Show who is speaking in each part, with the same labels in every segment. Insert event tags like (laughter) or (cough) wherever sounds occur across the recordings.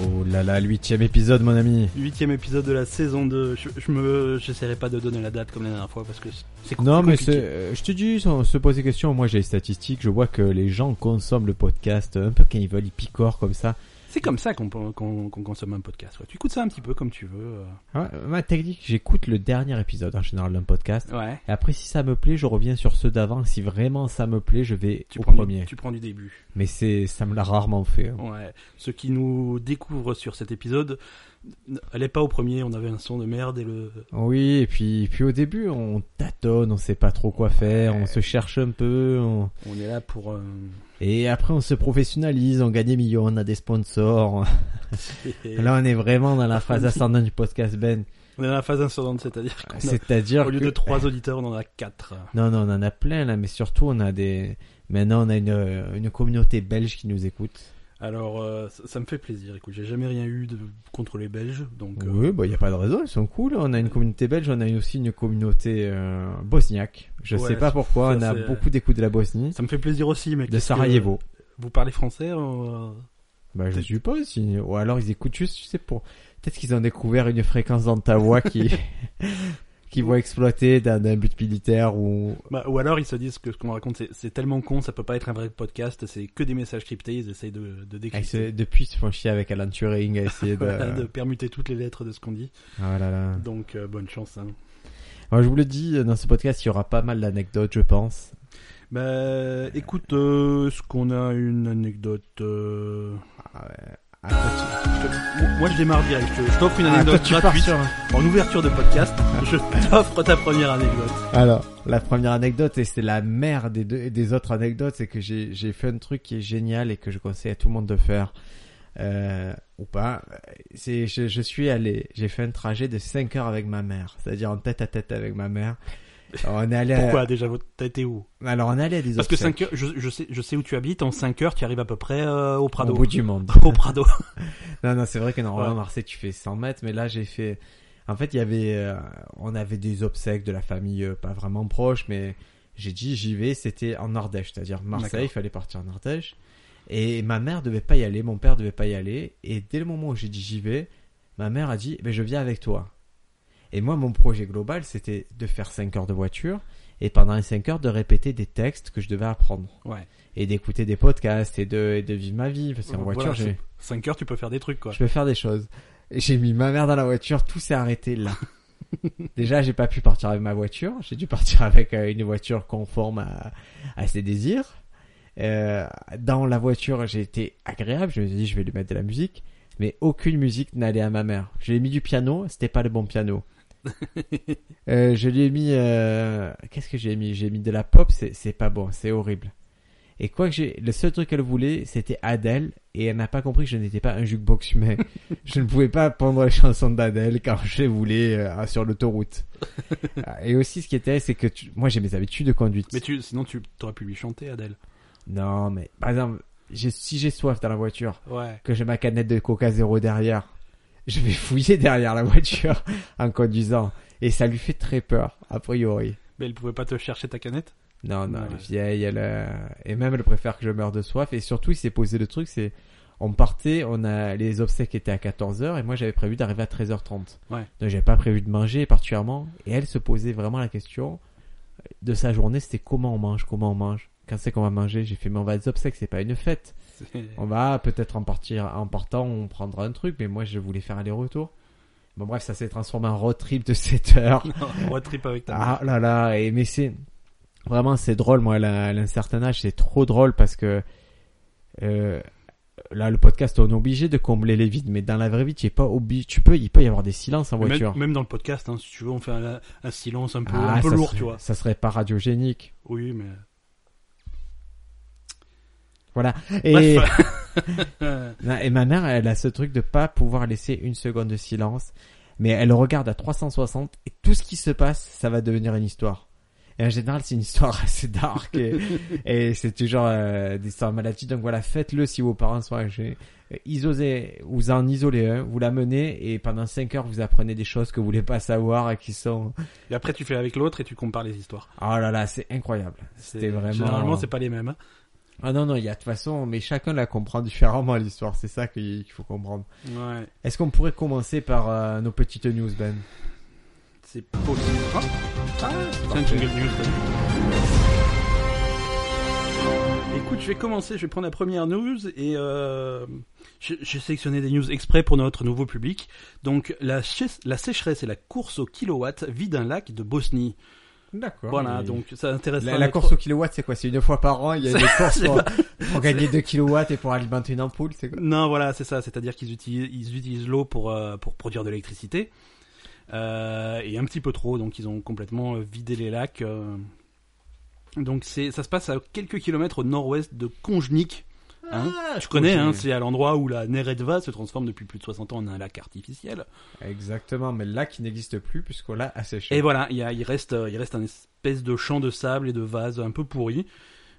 Speaker 1: Oh là là, huitième épisode, mon ami.
Speaker 2: Huitième épisode de la saison 2. Je, je me, j'essaierai pas de donner la date comme la dernière fois parce que c'est com-
Speaker 1: Non, mais c'est-
Speaker 2: compliqué.
Speaker 1: euh, je te dis, on se pose des questions. Moi, j'ai les statistiques. Je vois que les gens consomment le podcast un peu quand ils veulent, ils picorent comme ça.
Speaker 2: C'est comme ça qu'on, qu'on, qu'on consomme un podcast. ouais. Tu écoutes ça un petit peu comme tu veux. euh.
Speaker 1: Ah ouais, ma technique, j'écoute le dernier épisode en général d'un podcast.
Speaker 2: Ouais.
Speaker 1: Et après, si ça me plaît, je reviens sur ceux d'avant. Si vraiment ça me plaît, je vais
Speaker 2: Tu
Speaker 1: au
Speaker 2: prends,
Speaker 1: premier.
Speaker 2: du, tu prends du début.
Speaker 1: Mais c'est, ça me l'a rarement fait. hein.
Speaker 2: Ouais. Ceux qui nous découvrent sur cet épisode, n- allez pas au premier, on avait un son de merde et le.
Speaker 1: Oui, et puis, puis au début, on tâtonne, on sait pas trop quoi faire, on se cherche un peu, on-
Speaker 2: On est là pour. euh, (laughs)
Speaker 1: et après on se professionnalise, on gagne des millions, on a des sponsors. Là, on est vraiment dans la phase ascendante du podcast Ben.
Speaker 2: on est dans la phase ascendante, c'est-à-dire qu'on a-
Speaker 1: C'est-à-dire
Speaker 2: au lieu
Speaker 1: que-
Speaker 2: de trois auditeurs, on en a quatre.
Speaker 1: non, non, on en a plein là, mais surtout on a des. Maintenant, on a une, une communauté belge qui nous écoute.
Speaker 2: Alors, euh, ça, ça me fait plaisir. Écoute, j'ai jamais rien eu de contre les Belges, donc. euh,
Speaker 1: Oui, bah il y a pas de raison, ils sont cool. hein. On a une communauté belge, on a aussi une communauté euh, bosniaque. Je
Speaker 2: Ouais,
Speaker 1: sais pas pourquoi,
Speaker 2: ça,
Speaker 1: on a
Speaker 2: c'est-
Speaker 1: beaucoup d'écoutes de la Bosnie,
Speaker 2: Ça me fait plaisir aussi, mais
Speaker 1: de
Speaker 2: qu'est-ce que-
Speaker 1: Sarajevo.
Speaker 2: Vous parlez français euh,
Speaker 1: Bah, je
Speaker 2: Peut-être-
Speaker 1: suppose. si- Ou alors ils écoutent juste, tu sais, pour. Peut-être qu'ils ont découvert une fréquence dans ta voix qui. (laughs) qui vont exploiter d'un d'un but militaire ou.
Speaker 2: bah, Ou alors ils se disent que ce qu'on raconte c'est- c'est tellement con, ça peut pas être un vrai podcast, c'est que des messages cryptés, ils essayent de, de
Speaker 1: Ah, ils se-
Speaker 2: décrypter.
Speaker 1: depuis, ils se font chier avec Alan Turing à
Speaker 2: (laughs)
Speaker 1: essayer de. euh,
Speaker 2: Voilà, de permuter toutes les lettres de ce qu'on dit.
Speaker 1: Ah là là.
Speaker 2: Donc euh, bonne chance. Hein.
Speaker 1: Alors, je vous le dis, dans ce podcast, il y aura pas mal d'anecdotes, je pense.
Speaker 2: Bah, écoute, euh, est-ce qu'on a une anecdote euh,
Speaker 1: Ah, toi, tu-
Speaker 2: Moi je démarre direct, je te- je t'offre une
Speaker 1: Ah, toi,
Speaker 2: anecdote
Speaker 1: tu pars
Speaker 2: gratuite
Speaker 1: sur un-
Speaker 2: en ouverture de podcast. je t'offre ta première anecdote.
Speaker 1: Alors, la première anecdote, et c'est la mère des, deux, des autres anecdotes, c'est que j'ai j'ai fait un truc qui est génial et que je conseille à tout le monde de faire. Euh, ou pas. C'est, je, je suis allé, j'ai fait un trajet de 5 heures avec ma mère, c'est-à-dire en tête à tête avec ma mère. Alors, on est allé à-
Speaker 2: Pourquoi déjà votre- T'as été où
Speaker 1: Alors, on est allé à des
Speaker 2: Parce que
Speaker 1: obsèques
Speaker 2: 5 heures, je, je sais, je sais où tu habites, en 5 heures tu arrives à peu près euh, au Prado.
Speaker 1: au bout du monde.
Speaker 2: (laughs) Au Prado.
Speaker 1: Non, non, c'est vrai que normalement,
Speaker 2: Ouais.
Speaker 1: Marseille, tu fais 100 mètres, mais là, j'ai fait. En fait, il y avait. euh, on avait des obsèques de la famille euh, pas vraiment proche, mais j'ai dit, j'y vais, c'était en Ardèche, c'est-à-dire Marseille,
Speaker 2: D'accord.
Speaker 1: il fallait partir en Ardèche. Et ma mère devait pas y aller, mon père devait pas y aller, et dès le moment où j'ai dit, j'y vais, ma mère a dit, ben, je viens avec toi. Et moi, mon projet global, c'était de faire 5 heures de voiture, et pendant les 5 heures, de répéter des textes que je devais apprendre,
Speaker 2: Ouais.
Speaker 1: et d'écouter des podcasts, et de, et de vivre ma vie, parce qu'en
Speaker 2: Voilà,
Speaker 1: voiture,
Speaker 2: c'est-
Speaker 1: j'ai.
Speaker 2: 5 heures, tu peux faire des trucs, quoi.
Speaker 1: Je peux faire des choses. Et J'ai mis ma mère dans la voiture, tout s'est arrêté là. Déjà, j'ai pas pu partir avec ma voiture. J'ai dû partir avec euh, une voiture conforme à, à ses désirs. Euh, dans la voiture, j'ai été agréable. Je me suis dit, je vais lui mettre de la musique. Mais aucune musique n'allait à ma mère. Je lui ai mis du piano, c'était pas le bon
Speaker 2: (laughs)
Speaker 1: piano. Euh, je lui ai mis... euh, Qu'est-ce que j'ai mis J'ai mis de la pop, c'est c'est pas bon, c'est horrible. Et quoi que j'ai... Le seul truc qu'elle voulait, c'était Adèle, et elle n'a pas compris que je n'étais pas un jukebox
Speaker 2: (laughs)
Speaker 1: humain. je ne pouvais pas prendre les chansons d'Adèle quand je les voulais euh, sur
Speaker 2: (laughs)
Speaker 1: l'autoroute. Ah, et aussi, ce qui était, c'est que tu- moi, j'ai mes habitudes de conduite.
Speaker 2: Mais tu, sinon, tu aurais pu lui chanter, Adèle.
Speaker 1: Non, mais par exemple, j'ai- si j'ai soif dans la voiture,
Speaker 2: Ouais.
Speaker 1: que j'ai ma canette de Coca Zéro derrière, je vais (laughs) fouiller derrière la voiture (laughs) en conduisant. Et ça lui fait très peur, a priori.
Speaker 2: Mais elle pouvait pas te chercher ta canette
Speaker 1: Non, non,
Speaker 2: Ouais.
Speaker 1: elle est vieille, elle, euh, et même elle préfère que je meure de soif. Et surtout, il s'est posé le truc, c'est, on partait, on a, les obsèques étaient à 14h, et moi j'avais prévu d'arriver à 13h30.
Speaker 2: Ouais.
Speaker 1: Donc j'avais pas prévu de manger particulièrement, et elle se posait vraiment la question de sa journée, c'était comment on mange, comment on mange, quand c'est qu'on va manger. J'ai fait, mais on va à des obsèques, c'est pas une fête.
Speaker 2: C'est-
Speaker 1: On va peut-être en partir en partant, on prendra un truc, mais moi je voulais faire aller-retour. Bon bref, ça s'est transformé en road trip de 7 heures.
Speaker 2: Non, (laughs) road trip avec ta mère.
Speaker 1: Ah là là, et mais c'est vraiment c'est drôle moi là, à un certain âge, c'est trop drôle parce que euh, là le podcast on est obligé de combler les vides, mais dans la vraie vie, tu es pas obligé, tu peux il peut y avoir des silences en voiture.
Speaker 2: Même, même dans le podcast, hein, si tu veux, on fait un, un silence un peu,
Speaker 1: Ah,
Speaker 2: un peu
Speaker 1: ça
Speaker 2: lourd,
Speaker 1: serait-
Speaker 2: tu vois.
Speaker 1: Ça serait pas radiogénique.
Speaker 2: Oui, mais.
Speaker 1: Et
Speaker 2: Bref.
Speaker 1: (laughs)
Speaker 2: Euh,
Speaker 1: Non, Et ma mère, elle a ce truc de pas pouvoir laisser une seconde de silence, mais elle regarde à 360 et tout ce qui se passe, ça va devenir une histoire. Et en général, c'est une histoire (laughs) assez dark et, et c'est toujours euh, des histoires maladies. Donc voilà, faites-le si vos parents sont âgés. Euh, Isolez, vous en isolez un, vous l'amenez et pendant 5 heures, vous apprenez des choses que vous voulez pas savoir et qui sont...
Speaker 2: (laughs) et après, tu fais avec l'autre et tu compares les histoires.
Speaker 1: Oh là là, c'est incroyable.
Speaker 2: C'est-
Speaker 1: C'était vraiment...
Speaker 2: Généralement, c'est pas les mêmes. hein.
Speaker 1: Ah non, non, il y a de toute façon, mais chacun la comprend différemment l'histoire, c'est ça qu'il qu'il faut comprendre.
Speaker 2: Ouais,
Speaker 1: Est-ce qu'on pourrait commencer par euh, nos petites news, Ben
Speaker 2: c'est possible. Ah, ah, c'est un
Speaker 1: parfait.
Speaker 2: jingle news. ça. Écoute, je vais commencer, je vais prendre la première news et euh, j'ai j'ai sélectionné des news exprès pour notre nouveau public. Donc, la, chais- la sécheresse et la course au kilowatt vident un lac de Bosnie.
Speaker 1: D'accord.
Speaker 2: Voilà,
Speaker 1: Et-
Speaker 2: donc ça intéresse
Speaker 1: La, la course au kilowatt, c'est quoi C'est une fois par an, il y a des courses
Speaker 2: (laughs) c'est
Speaker 1: pour, pour gagner 2 kilowatts et pour alimenter une ampoule, c'est quoi
Speaker 2: Non, voilà, c'est ça. C'est-à-dire qu'ils utilisent, ils utilisent l'eau pour, euh, pour produire de l'électricité. Euh, et un petit peu trop, donc ils ont complètement euh, vidé les lacs. euh. Donc c'est, ça se passe à quelques kilomètres au nord-ouest de Konjnik. Hein
Speaker 1: Ah,
Speaker 2: Tu connais, hein,
Speaker 1: c'est-
Speaker 2: c'est à l'endroit où la Neretva se transforme depuis plus de 60 ans en un lac artificiel.
Speaker 1: Exactement, mais là qui n'existe plus puisqu'on l'a asséché.
Speaker 2: Et voilà, il, y a- il reste, euh, il reste un espèce de champ de sable et de vase un peu pourri.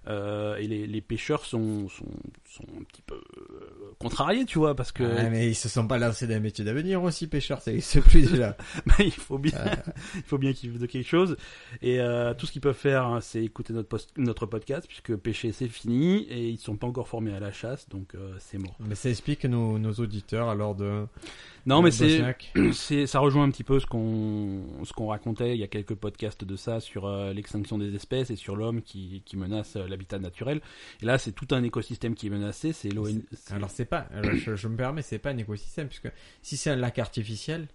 Speaker 2: Euh, et les, les pêcheurs sont, sont, sont un petit peu euh, contrariés, tu vois, parce que
Speaker 1: Ah, mais ils se sont pas lancés d'un métier d'avenir aussi, pêcheurs, ça existe plus déjà.
Speaker 2: Bah, (laughs) il faut bien, il faut bien qu'ils vivent de quelque chose. Et euh, tout ce qu'ils peuvent faire, hein, c'est écouter notre, post- notre podcast, puisque pêcher c'est fini et ils sont pas encore formés à la chasse, donc euh, c'est mort.
Speaker 1: mais ça explique nos, nos auditeurs alors de...
Speaker 2: Non, mais
Speaker 1: de
Speaker 2: c'est,
Speaker 1: Euh, Bosniaque.
Speaker 2: (clears throat) c'est, ça rejoint un petit peu ce qu'on, ce qu'on racontait. Il y a quelques podcasts de ça sur euh, l'extinction des espèces et sur l'homme qui, qui menace euh, l'habitat naturel. Et là, c'est tout un écosystème qui est menacé. C'est l'ON. c'est-
Speaker 1: Alors c'est pas, alors, je, je me permets, c'est pas un écosystème puisque si c'est un lac artificiel,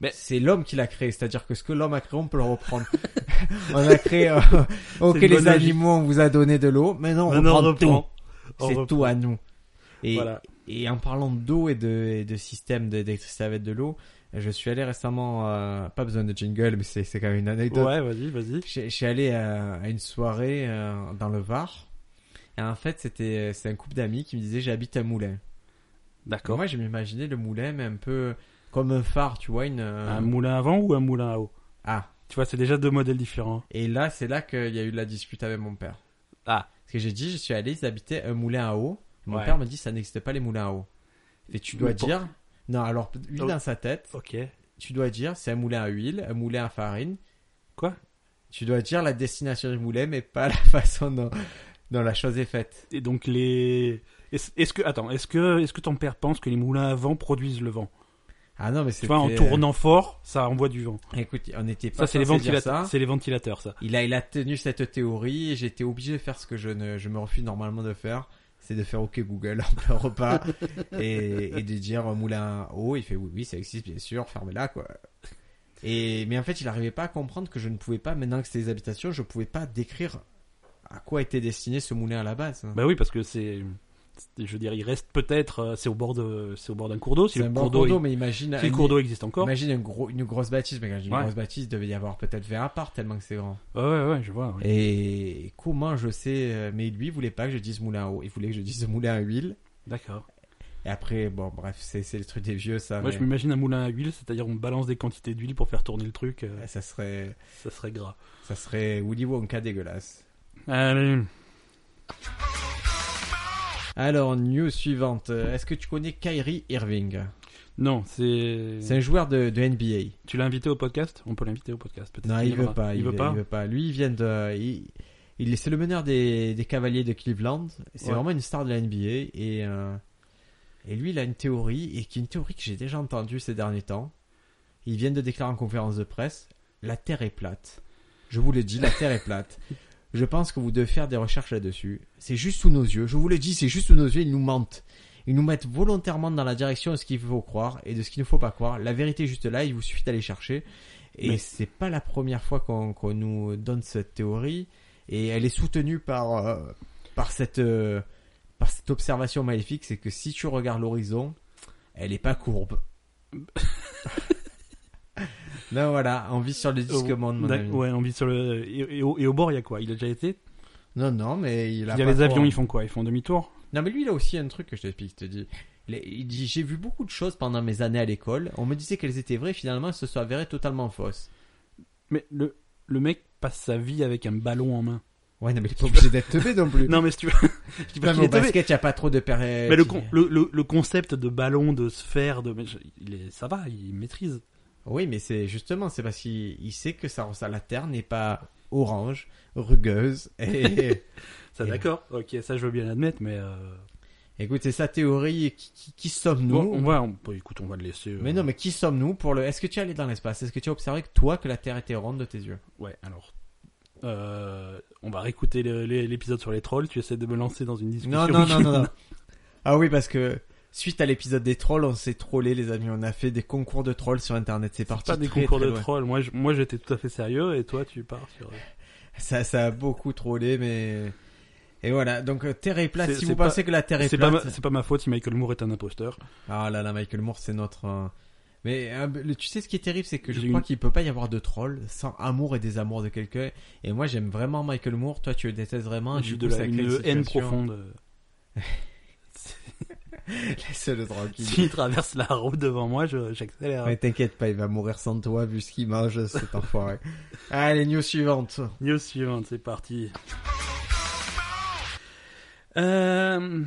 Speaker 2: Mais-
Speaker 1: c'est l'homme qui l'a créé, c'est-à-dire que ce que l'homme a créé, on peut le
Speaker 2: (laughs)
Speaker 1: reprendre. on a créé, euh, ok
Speaker 2: C'est
Speaker 1: les
Speaker 2: une bonne logique.
Speaker 1: animaux, on vous a donné de l'eau, maintenant on
Speaker 2: Non, non,
Speaker 1: reprend tout,
Speaker 2: On
Speaker 1: c'est
Speaker 2: reprend.
Speaker 1: tout à nous. Et,
Speaker 2: Voilà.
Speaker 1: et en parlant d'eau et de, et de système de- d'électricité avec de l'eau, je suis allé récemment, euh, pas besoin de jingle, mais c'est c'est quand même une anecdote.
Speaker 2: Ouais, vas-y, vas-y.
Speaker 1: Je je suis allé à, à une soirée euh, dans le Var. Et en fait, c'était c'est un couple d'amis qui me disait j'habite à Moulins.
Speaker 2: D'accord.
Speaker 1: Moi, je m'imaginais le moulin, mais un peu comme un phare, tu vois. Une, euh,
Speaker 2: Un moulin à vent ou un moulin à eau
Speaker 1: Ah,
Speaker 2: Tu vois, c'est déjà deux modèles différents.
Speaker 1: et là, c'est là qu'il y a eu la dispute avec mon père.
Speaker 2: Ah.
Speaker 1: Parce que j'ai dit, je suis allé, ils habitaient un moulin à eau. Mon
Speaker 2: Ouais.
Speaker 1: père me dit, ça n'existe pas les moulins à eau. Et tu dois
Speaker 2: Mais pour-
Speaker 1: dire. Non, alors, lui,
Speaker 2: Oh.
Speaker 1: dans sa tête,
Speaker 2: Ok.
Speaker 1: tu dois dire, c'est un moulin à huile, un moulin à farine.
Speaker 2: Quoi
Speaker 1: Tu dois dire la destination du moulin, mais pas (laughs) la façon dont, dont la chose est faite.
Speaker 2: Et donc les. Est-ce est-ce que attends, est-ce que est-ce que ton père pense que les moulins à vent produisent le vent
Speaker 1: Ah non, mais
Speaker 2: Tu
Speaker 1: c'était... euh,
Speaker 2: vois, en tournant fort, ça envoie du vent.
Speaker 1: Écoute, on n'était pas
Speaker 2: Ah, Ça, c'est les
Speaker 1: censé dire ça.
Speaker 2: ventilateurs. C'est les ventilateurs, ça.
Speaker 1: Il a, il a tenu cette théorie et j'étais obligé de faire ce que je, ne, je me refuse normalement de faire, c'est de faire OK Google en plein repas et, et de dire euh, moulin à eau. Il fait oui, oui, ça existe bien sûr, fermez-la quoi. Et, mais en fait, il n'arrivait pas à comprendre que je ne pouvais pas, maintenant que c'était des habitations, je ne pouvais pas décrire à quoi était destiné ce moulin à la base.
Speaker 2: Bah oui, parce que c'est. c'est- Je veux dire, il reste peut-être. euh, C'est au bord de. C'est au bord d'un cours d'eau. Si
Speaker 1: c'est
Speaker 2: le
Speaker 1: un bon
Speaker 2: cours
Speaker 1: cours
Speaker 2: d'eau.
Speaker 1: d'eau,
Speaker 2: il-
Speaker 1: mais imagine,
Speaker 2: Si le
Speaker 1: un-
Speaker 2: cours d'eau existe encore. Ouais,
Speaker 1: imagine un gros, une grosse bâtisse. Mais quand je dis une
Speaker 2: Ouais.
Speaker 1: grosse bâtisse, il devait y avoir peut-être 20 apparts tellement que c'est grand.
Speaker 2: ouais, ouais, je vois. ouais.
Speaker 1: Et comment je sais, euh, mais lui il voulait pas que je dise moulin à eau, il voulait que je dise moulin à huile.
Speaker 2: D'accord.
Speaker 1: Et après, bon, bref, c'est c'est le truc des vieux, ça.
Speaker 2: Moi,
Speaker 1: Ah, mais
Speaker 2: je m'imagine un moulin à huile, c'est-à-dire on balance des quantités d'huile pour faire tourner le truc. euh,
Speaker 1: Ça serait,
Speaker 2: ça serait gras.
Speaker 1: ça serait Willy Wonka dégueulasse.
Speaker 2: Allez.
Speaker 1: Alors, news suivante. Euh, Est-ce que tu connais Kyrie Irving
Speaker 2: Non, c'est.
Speaker 1: C'est un joueur de, de NBA.
Speaker 2: Tu l'as invité au podcast On peut l'inviter au podcast. peut-être
Speaker 1: Non,
Speaker 2: qu'il
Speaker 1: il veut
Speaker 2: viendra.
Speaker 1: pas.
Speaker 2: Il veut pas.
Speaker 1: Il veut pas. Lui, il vient de. Il, il est- c'est le meneur des, des Cavaliers de Cleveland. C'est
Speaker 2: Ouais.
Speaker 1: vraiment une star de la NBA. Et, euh, et lui, il a une théorie, et qui est une théorie que j'ai déjà entendue ces derniers temps. Il vient de déclarer en conférence de presse La Terre est plate. Je vous le dis, la Terre est plate.
Speaker 2: (laughs)
Speaker 1: Je pense que vous devez faire des recherches là-dessus. C'est juste sous nos yeux. Je vous le dis, c'est juste sous nos yeux. Ils nous mentent. Ils nous mettent volontairement dans la direction de ce qu'il faut croire et de ce qu'il ne faut pas croire. La vérité est juste là. Il vous suffit d'aller chercher. Et
Speaker 2: Mais-
Speaker 1: c'est pas la première fois qu'on qu'on nous donne cette théorie. Et elle est soutenue par euh, par cette euh, par cette observation maléfique, c'est que si tu regardes l'horizon, elle est pas
Speaker 2: (laughs)
Speaker 1: courbe. non voilà, on vit sur le disque
Speaker 2: Oh,
Speaker 1: monde, mon
Speaker 2: d'ac-
Speaker 1: ami.
Speaker 2: Ouais, on vit sur le. Et, et au, et au bord, il y a quoi Il a déjà été
Speaker 1: Non non, mais il a.
Speaker 2: Il y a
Speaker 1: pas
Speaker 2: les avions,
Speaker 1: tort.
Speaker 2: ils font quoi Ils font demi-tour
Speaker 1: Non, mais lui, il a aussi un truc que je t'explique, je te dis. Il est- il dit J'ai vu beaucoup de choses pendant mes années à l'école. On me disait qu'elles étaient vraies, finalement, elles se sont avérées totalement fausses.
Speaker 2: Mais le, le mec passe sa vie avec un ballon en main.
Speaker 1: Ouais, non, mais il est pas obligé d'être (laughs) teubé non plus.
Speaker 2: Non, mais si tu veux. je dis pas
Speaker 1: Non,
Speaker 2: qu'il
Speaker 1: mais au
Speaker 2: est teubé.
Speaker 1: basket, il n'y a pas trop de périodes.
Speaker 2: Mais le, con- le, le- le concept de ballon, de sphère, de. mais je- Il est... Ça va, il maîtrise.
Speaker 1: Oui, mais c'est justement, c'est parce qu'il il sait que ça, ça- la Terre n'est pas orange, rugueuse. (laughs) Et
Speaker 2: Ça,
Speaker 1: Et-
Speaker 2: d'accord. Ok, ça, je veux bien l'admettre, mais. euh,
Speaker 1: écoute, c'est sa théorie. et Qui, qui- qui sommes-nous
Speaker 2: bon, on va. on- bah, écoute, on va le laisser. euh,
Speaker 1: Mais non, mais qui sommes-nous pour le Est-ce que tu es allé dans l'espace Est-ce que tu as observé que toi que la Terre était ronde de tes yeux
Speaker 2: Ouais, alors. euh, on va réécouter le- le- l'épisode sur les trolls. Tu essaies de me lancer dans une discussion.
Speaker 1: Non, non,
Speaker 2: qui-
Speaker 1: non, non, non. (laughs) Ah oui, parce que suite à l'épisode des trolls, on s'est trollés, les amis. On a fait des concours de trolls sur Internet. C'est parti
Speaker 2: (laughs) Pas des
Speaker 1: très,
Speaker 2: concours
Speaker 1: très
Speaker 2: de
Speaker 1: loin.
Speaker 2: trolls. Moi, je- moi, j'étais tout à fait sérieux et toi, tu pars sur.
Speaker 1: Ça, ça a beaucoup trollé, mais... Et voilà, donc euh, Terre est plate.
Speaker 2: C'est-
Speaker 1: Si
Speaker 2: c'est
Speaker 1: vous
Speaker 2: pas-
Speaker 1: pensez que la Terre est
Speaker 2: C'est pas,
Speaker 1: plate...
Speaker 2: ma- c'est pas ma faute si Michael Moore est un imposteur.
Speaker 1: Ah là là, Michael Moore, c'est notre... euh, Mais euh, le- tu sais ce qui est terrible, c'est que je
Speaker 2: J'ai
Speaker 1: crois
Speaker 2: une-
Speaker 1: qu'il peut pas y avoir de trolls sans amour et désamour de quelqu'un. Et moi, j'aime vraiment Michael Moore. Toi, tu le détestes vraiment.
Speaker 2: J'ai
Speaker 1: Du
Speaker 2: de
Speaker 1: coup,
Speaker 2: la
Speaker 1: ça crée
Speaker 2: une
Speaker 1: une
Speaker 2: haine
Speaker 1: situation. (laughs)
Speaker 2: profonde.
Speaker 1: Laisse-le tranquille.
Speaker 2: (laughs) S'il traverse la route devant moi, je- j'accélère.
Speaker 1: Mais t'inquiète pas, il va mourir sans toi vu ce qu'il mange, cet enfoiré. (laughs) Allez, news suivante.
Speaker 2: News suivante, c'est parti. Euh,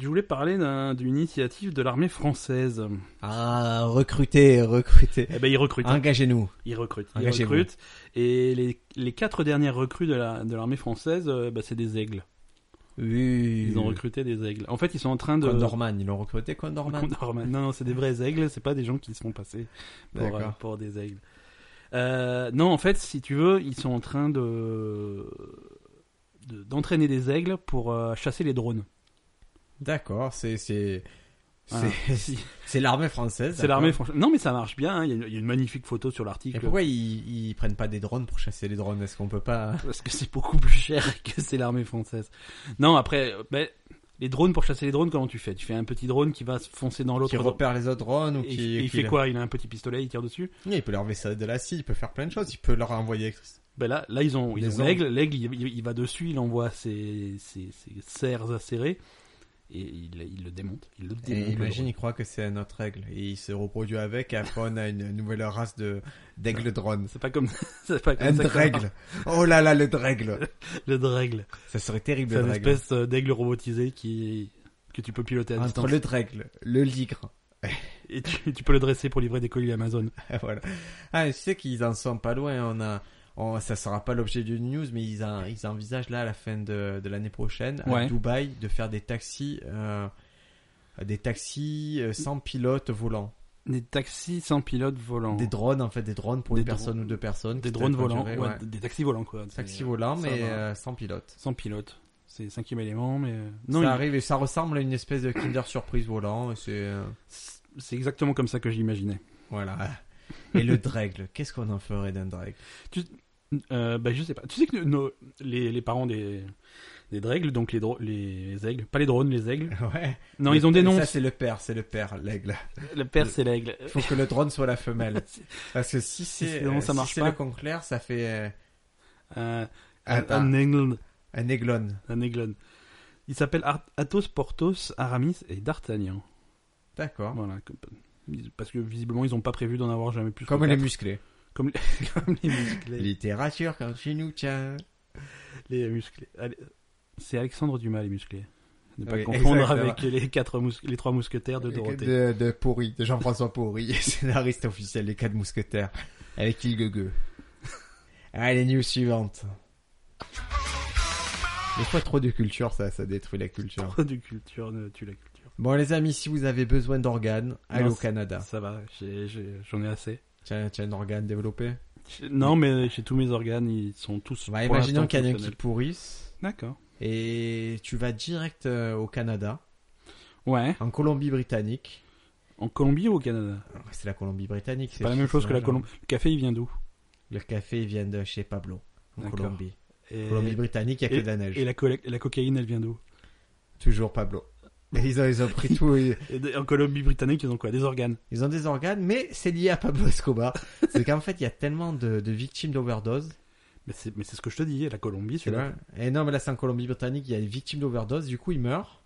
Speaker 2: je voulais parler d'un- d'une initiative de l'armée française.
Speaker 1: Ah, recruter, recruter.
Speaker 2: Eh ben, ils recrutent.
Speaker 1: Engagez-nous.
Speaker 2: Ils recrutent. Ils
Speaker 1: Engagez-vous.
Speaker 2: recrutent. Et les, les quatre dernières recrues de la- de l'armée française, euh, bah, c'est des aigles.
Speaker 1: Oui.
Speaker 2: Ils ont recruté des aigles. En fait, ils sont en train de...
Speaker 1: Condorman, ils l'ont recruté Condorman.
Speaker 2: Condorman. Non, non, c'est des vrais aigles, c'est pas des gens qui se font passer pour,
Speaker 1: D'accord.
Speaker 2: euh, pour des aigles. Euh, non, en fait, si tu veux, ils sont en train de de- d'entraîner des aigles pour euh, chasser les drones.
Speaker 1: D'accord, c'est c'est
Speaker 2: Voilà.
Speaker 1: c'est (laughs) c'est l'armée française.
Speaker 2: Ah. C'est l'armée française. Non, mais ça marche bien. hein. Il y, a- il y a une magnifique photo sur
Speaker 1: Et
Speaker 2: l'article.
Speaker 1: pourquoi ils, ils prennent pas des drones pour chasser les drones Est-ce qu'on peut pas
Speaker 2: Parce que c'est beaucoup plus cher (laughs) que c'est l'armée française. Non, après, euh, ben, les drones pour chasser les drones, comment tu fais Tu fais un petit drone qui va se foncer dans l'autre.
Speaker 1: qui repère les autres drones ou
Speaker 2: Et
Speaker 1: qui
Speaker 2: il
Speaker 1: qui
Speaker 2: fait
Speaker 1: le-
Speaker 2: quoi Il a un petit pistolet, il tire dessus.
Speaker 1: Oui, Il peut leur ça de la scie, il peut faire plein de choses, il peut leur envoyer.
Speaker 2: Ben là, là, ils ont ils
Speaker 1: Les
Speaker 2: ont
Speaker 1: angles.
Speaker 2: l'aigle. L'aigle, il, il- il va dessus, il envoie ses, ses, ses serres acérées et il, il le démonte. Il le démonte.
Speaker 1: Et
Speaker 2: le
Speaker 1: imagine, il croit que c'est un autre aigle et il se reproduit avec. Et après, on a une nouvelle race de d'aigles drones.
Speaker 2: drone. C'est pas comme, (laughs) c'est pas comme
Speaker 1: Un
Speaker 2: ça que ça marche.
Speaker 1: drègle. Oh là là, le drègle.
Speaker 2: Le drègle.
Speaker 1: Ça serait terrible,
Speaker 2: C'est
Speaker 1: le
Speaker 2: une
Speaker 1: drègle.
Speaker 2: espèce euh, d'aigle robotisé qui que tu peux piloter à
Speaker 1: Entre
Speaker 2: distance.
Speaker 1: le drègle, le ligre. (laughs)
Speaker 2: Et tu, tu peux le dresser pour livrer des colis Amazon.
Speaker 1: voilà. Ah, je sais qu'ils en sont pas loin. On a, on- ça sera pas l'objet d'une news, mais ils, en- ils envisagent là, à la fin de, de l'année prochaine, à
Speaker 2: Ouais.
Speaker 1: Dubaï, de faire des taxis, euh, des taxis euh, sans pilote volant.
Speaker 2: Des taxis sans pilote volant.
Speaker 1: Des drones, en fait, des drones pour
Speaker 2: Des
Speaker 1: une personne
Speaker 2: drones.
Speaker 1: ou deux personnes.
Speaker 2: Des
Speaker 1: qui
Speaker 2: drones
Speaker 1: peuvent
Speaker 2: volants.
Speaker 1: conduire,
Speaker 2: ouais,
Speaker 1: ouais.
Speaker 2: Des taxis volants quoi. C'est-
Speaker 1: Taxis volants,
Speaker 2: ça
Speaker 1: mais
Speaker 2: va.
Speaker 1: euh, sans pilote.
Speaker 2: sans pilote. C'est le cinquième élément, mais euh, non.
Speaker 1: ça
Speaker 2: il-
Speaker 1: arrive et ça ressemble à une espèce de Kinder Surprise volant. et C'est euh,
Speaker 2: C'est exactement comme ça que j'imaginais.
Speaker 1: voilà. Et le drègle, qu'est-ce qu'on en ferait d'un drègle
Speaker 2: Euh, bah, je sais pas. Tu sais que nos- les, les parents des, des drègles, donc les, dro- les aigles, pas les drones, les aigles.
Speaker 1: (laughs) Ouais.
Speaker 2: Non,
Speaker 1: Le-
Speaker 2: ils ont des noms.
Speaker 1: Ça, c'est le père, c'est le père, l'aigle.
Speaker 2: Le père, c'est l'aigle.
Speaker 1: Il (laughs) faut que le drone soit la
Speaker 2: (laughs)
Speaker 1: femelle. Parce que si c'est
Speaker 2: sinon,
Speaker 1: euh,
Speaker 2: ça
Speaker 1: si
Speaker 2: marche
Speaker 1: c'est
Speaker 2: pas.
Speaker 1: le conclair, ça fait euh,
Speaker 2: Euh,
Speaker 1: un,
Speaker 2: un
Speaker 1: un,
Speaker 2: aiglon.
Speaker 1: un aiglon.
Speaker 2: Un aiglon. Ils s'appellent Ar- Athos, Porthos, Aramis et D'Artagnan.
Speaker 1: D'accord.
Speaker 2: Voilà. Comme- Parce que visiblement, ils n'ont pas prévu d'en avoir jamais plus. que
Speaker 1: Comme les
Speaker 2: quatre.
Speaker 1: musclés.
Speaker 2: Comme les, (laughs) comme les musclés.
Speaker 1: Littérature quand chez nous, tiens.
Speaker 2: Les musclés. Allez, C'est Alexandre Dumas, les musclés. Ne pas
Speaker 1: Oui,
Speaker 2: confondre
Speaker 1: exactement.
Speaker 2: avec les, quatre mus- les trois mousquetaires de Dorothée.
Speaker 1: De, de Pourri, de Jean-François Pourri, (laughs) scénariste officiel des Quatre Mousquetaires, avec Il Gueux. (laughs) Allez, news suivante. Des fois, trop de culture, ça, ça détruit la culture.
Speaker 2: Trop (laughs) de culture ne tue la culture.
Speaker 1: Bon, les amis, si vous avez besoin d'organes, allez
Speaker 2: Non,
Speaker 1: au Canada.
Speaker 2: Ça va, j'ai- j'ai- j'en ai, assez.
Speaker 1: Tiens, tiens, un organe développé.
Speaker 2: J'ai- Non, mais j'ai tous mes organes, ils sont tous.
Speaker 1: Bah,
Speaker 2: pour
Speaker 1: imaginons
Speaker 2: l'instant
Speaker 1: qu'il y en a un qui
Speaker 2: fonctionnels.
Speaker 1: pourrisse,
Speaker 2: D'accord.
Speaker 1: et tu vas direct euh, au Canada,
Speaker 2: Ouais.
Speaker 1: en Colombie-Britannique.
Speaker 2: En Colombie ou au Canada
Speaker 1: C'est la Colombie-Britannique.
Speaker 2: C'est pas la même chose que la Colombie. Le café, il vient d'où
Speaker 1: Le café vient de chez Pablo, en
Speaker 2: D'accord.
Speaker 1: Colombie.
Speaker 2: Et,
Speaker 1: Colombie-Britannique, il n'y a que de la neige.
Speaker 2: et la, co- la cocaïne, elle vient d'où
Speaker 1: Toujours Pablo. Et ils, ont, ils ont pris tout. Ils,
Speaker 2: Et de- En Colombie-Britannique, ils ont quoi Des organes.
Speaker 1: ils ont des organes, mais c'est lié à Pablo Escobar. c'est qu'en fait, il y a tellement de, de victimes d'overdose.
Speaker 2: Mais c'est mais c'est ce que je te dis, la Colombie,
Speaker 1: Tu
Speaker 2: celui-là.
Speaker 1: vois. Et non, mais là, c'est en Colombie-Britannique, il y a des victimes d'overdose. Du coup, ils meurent.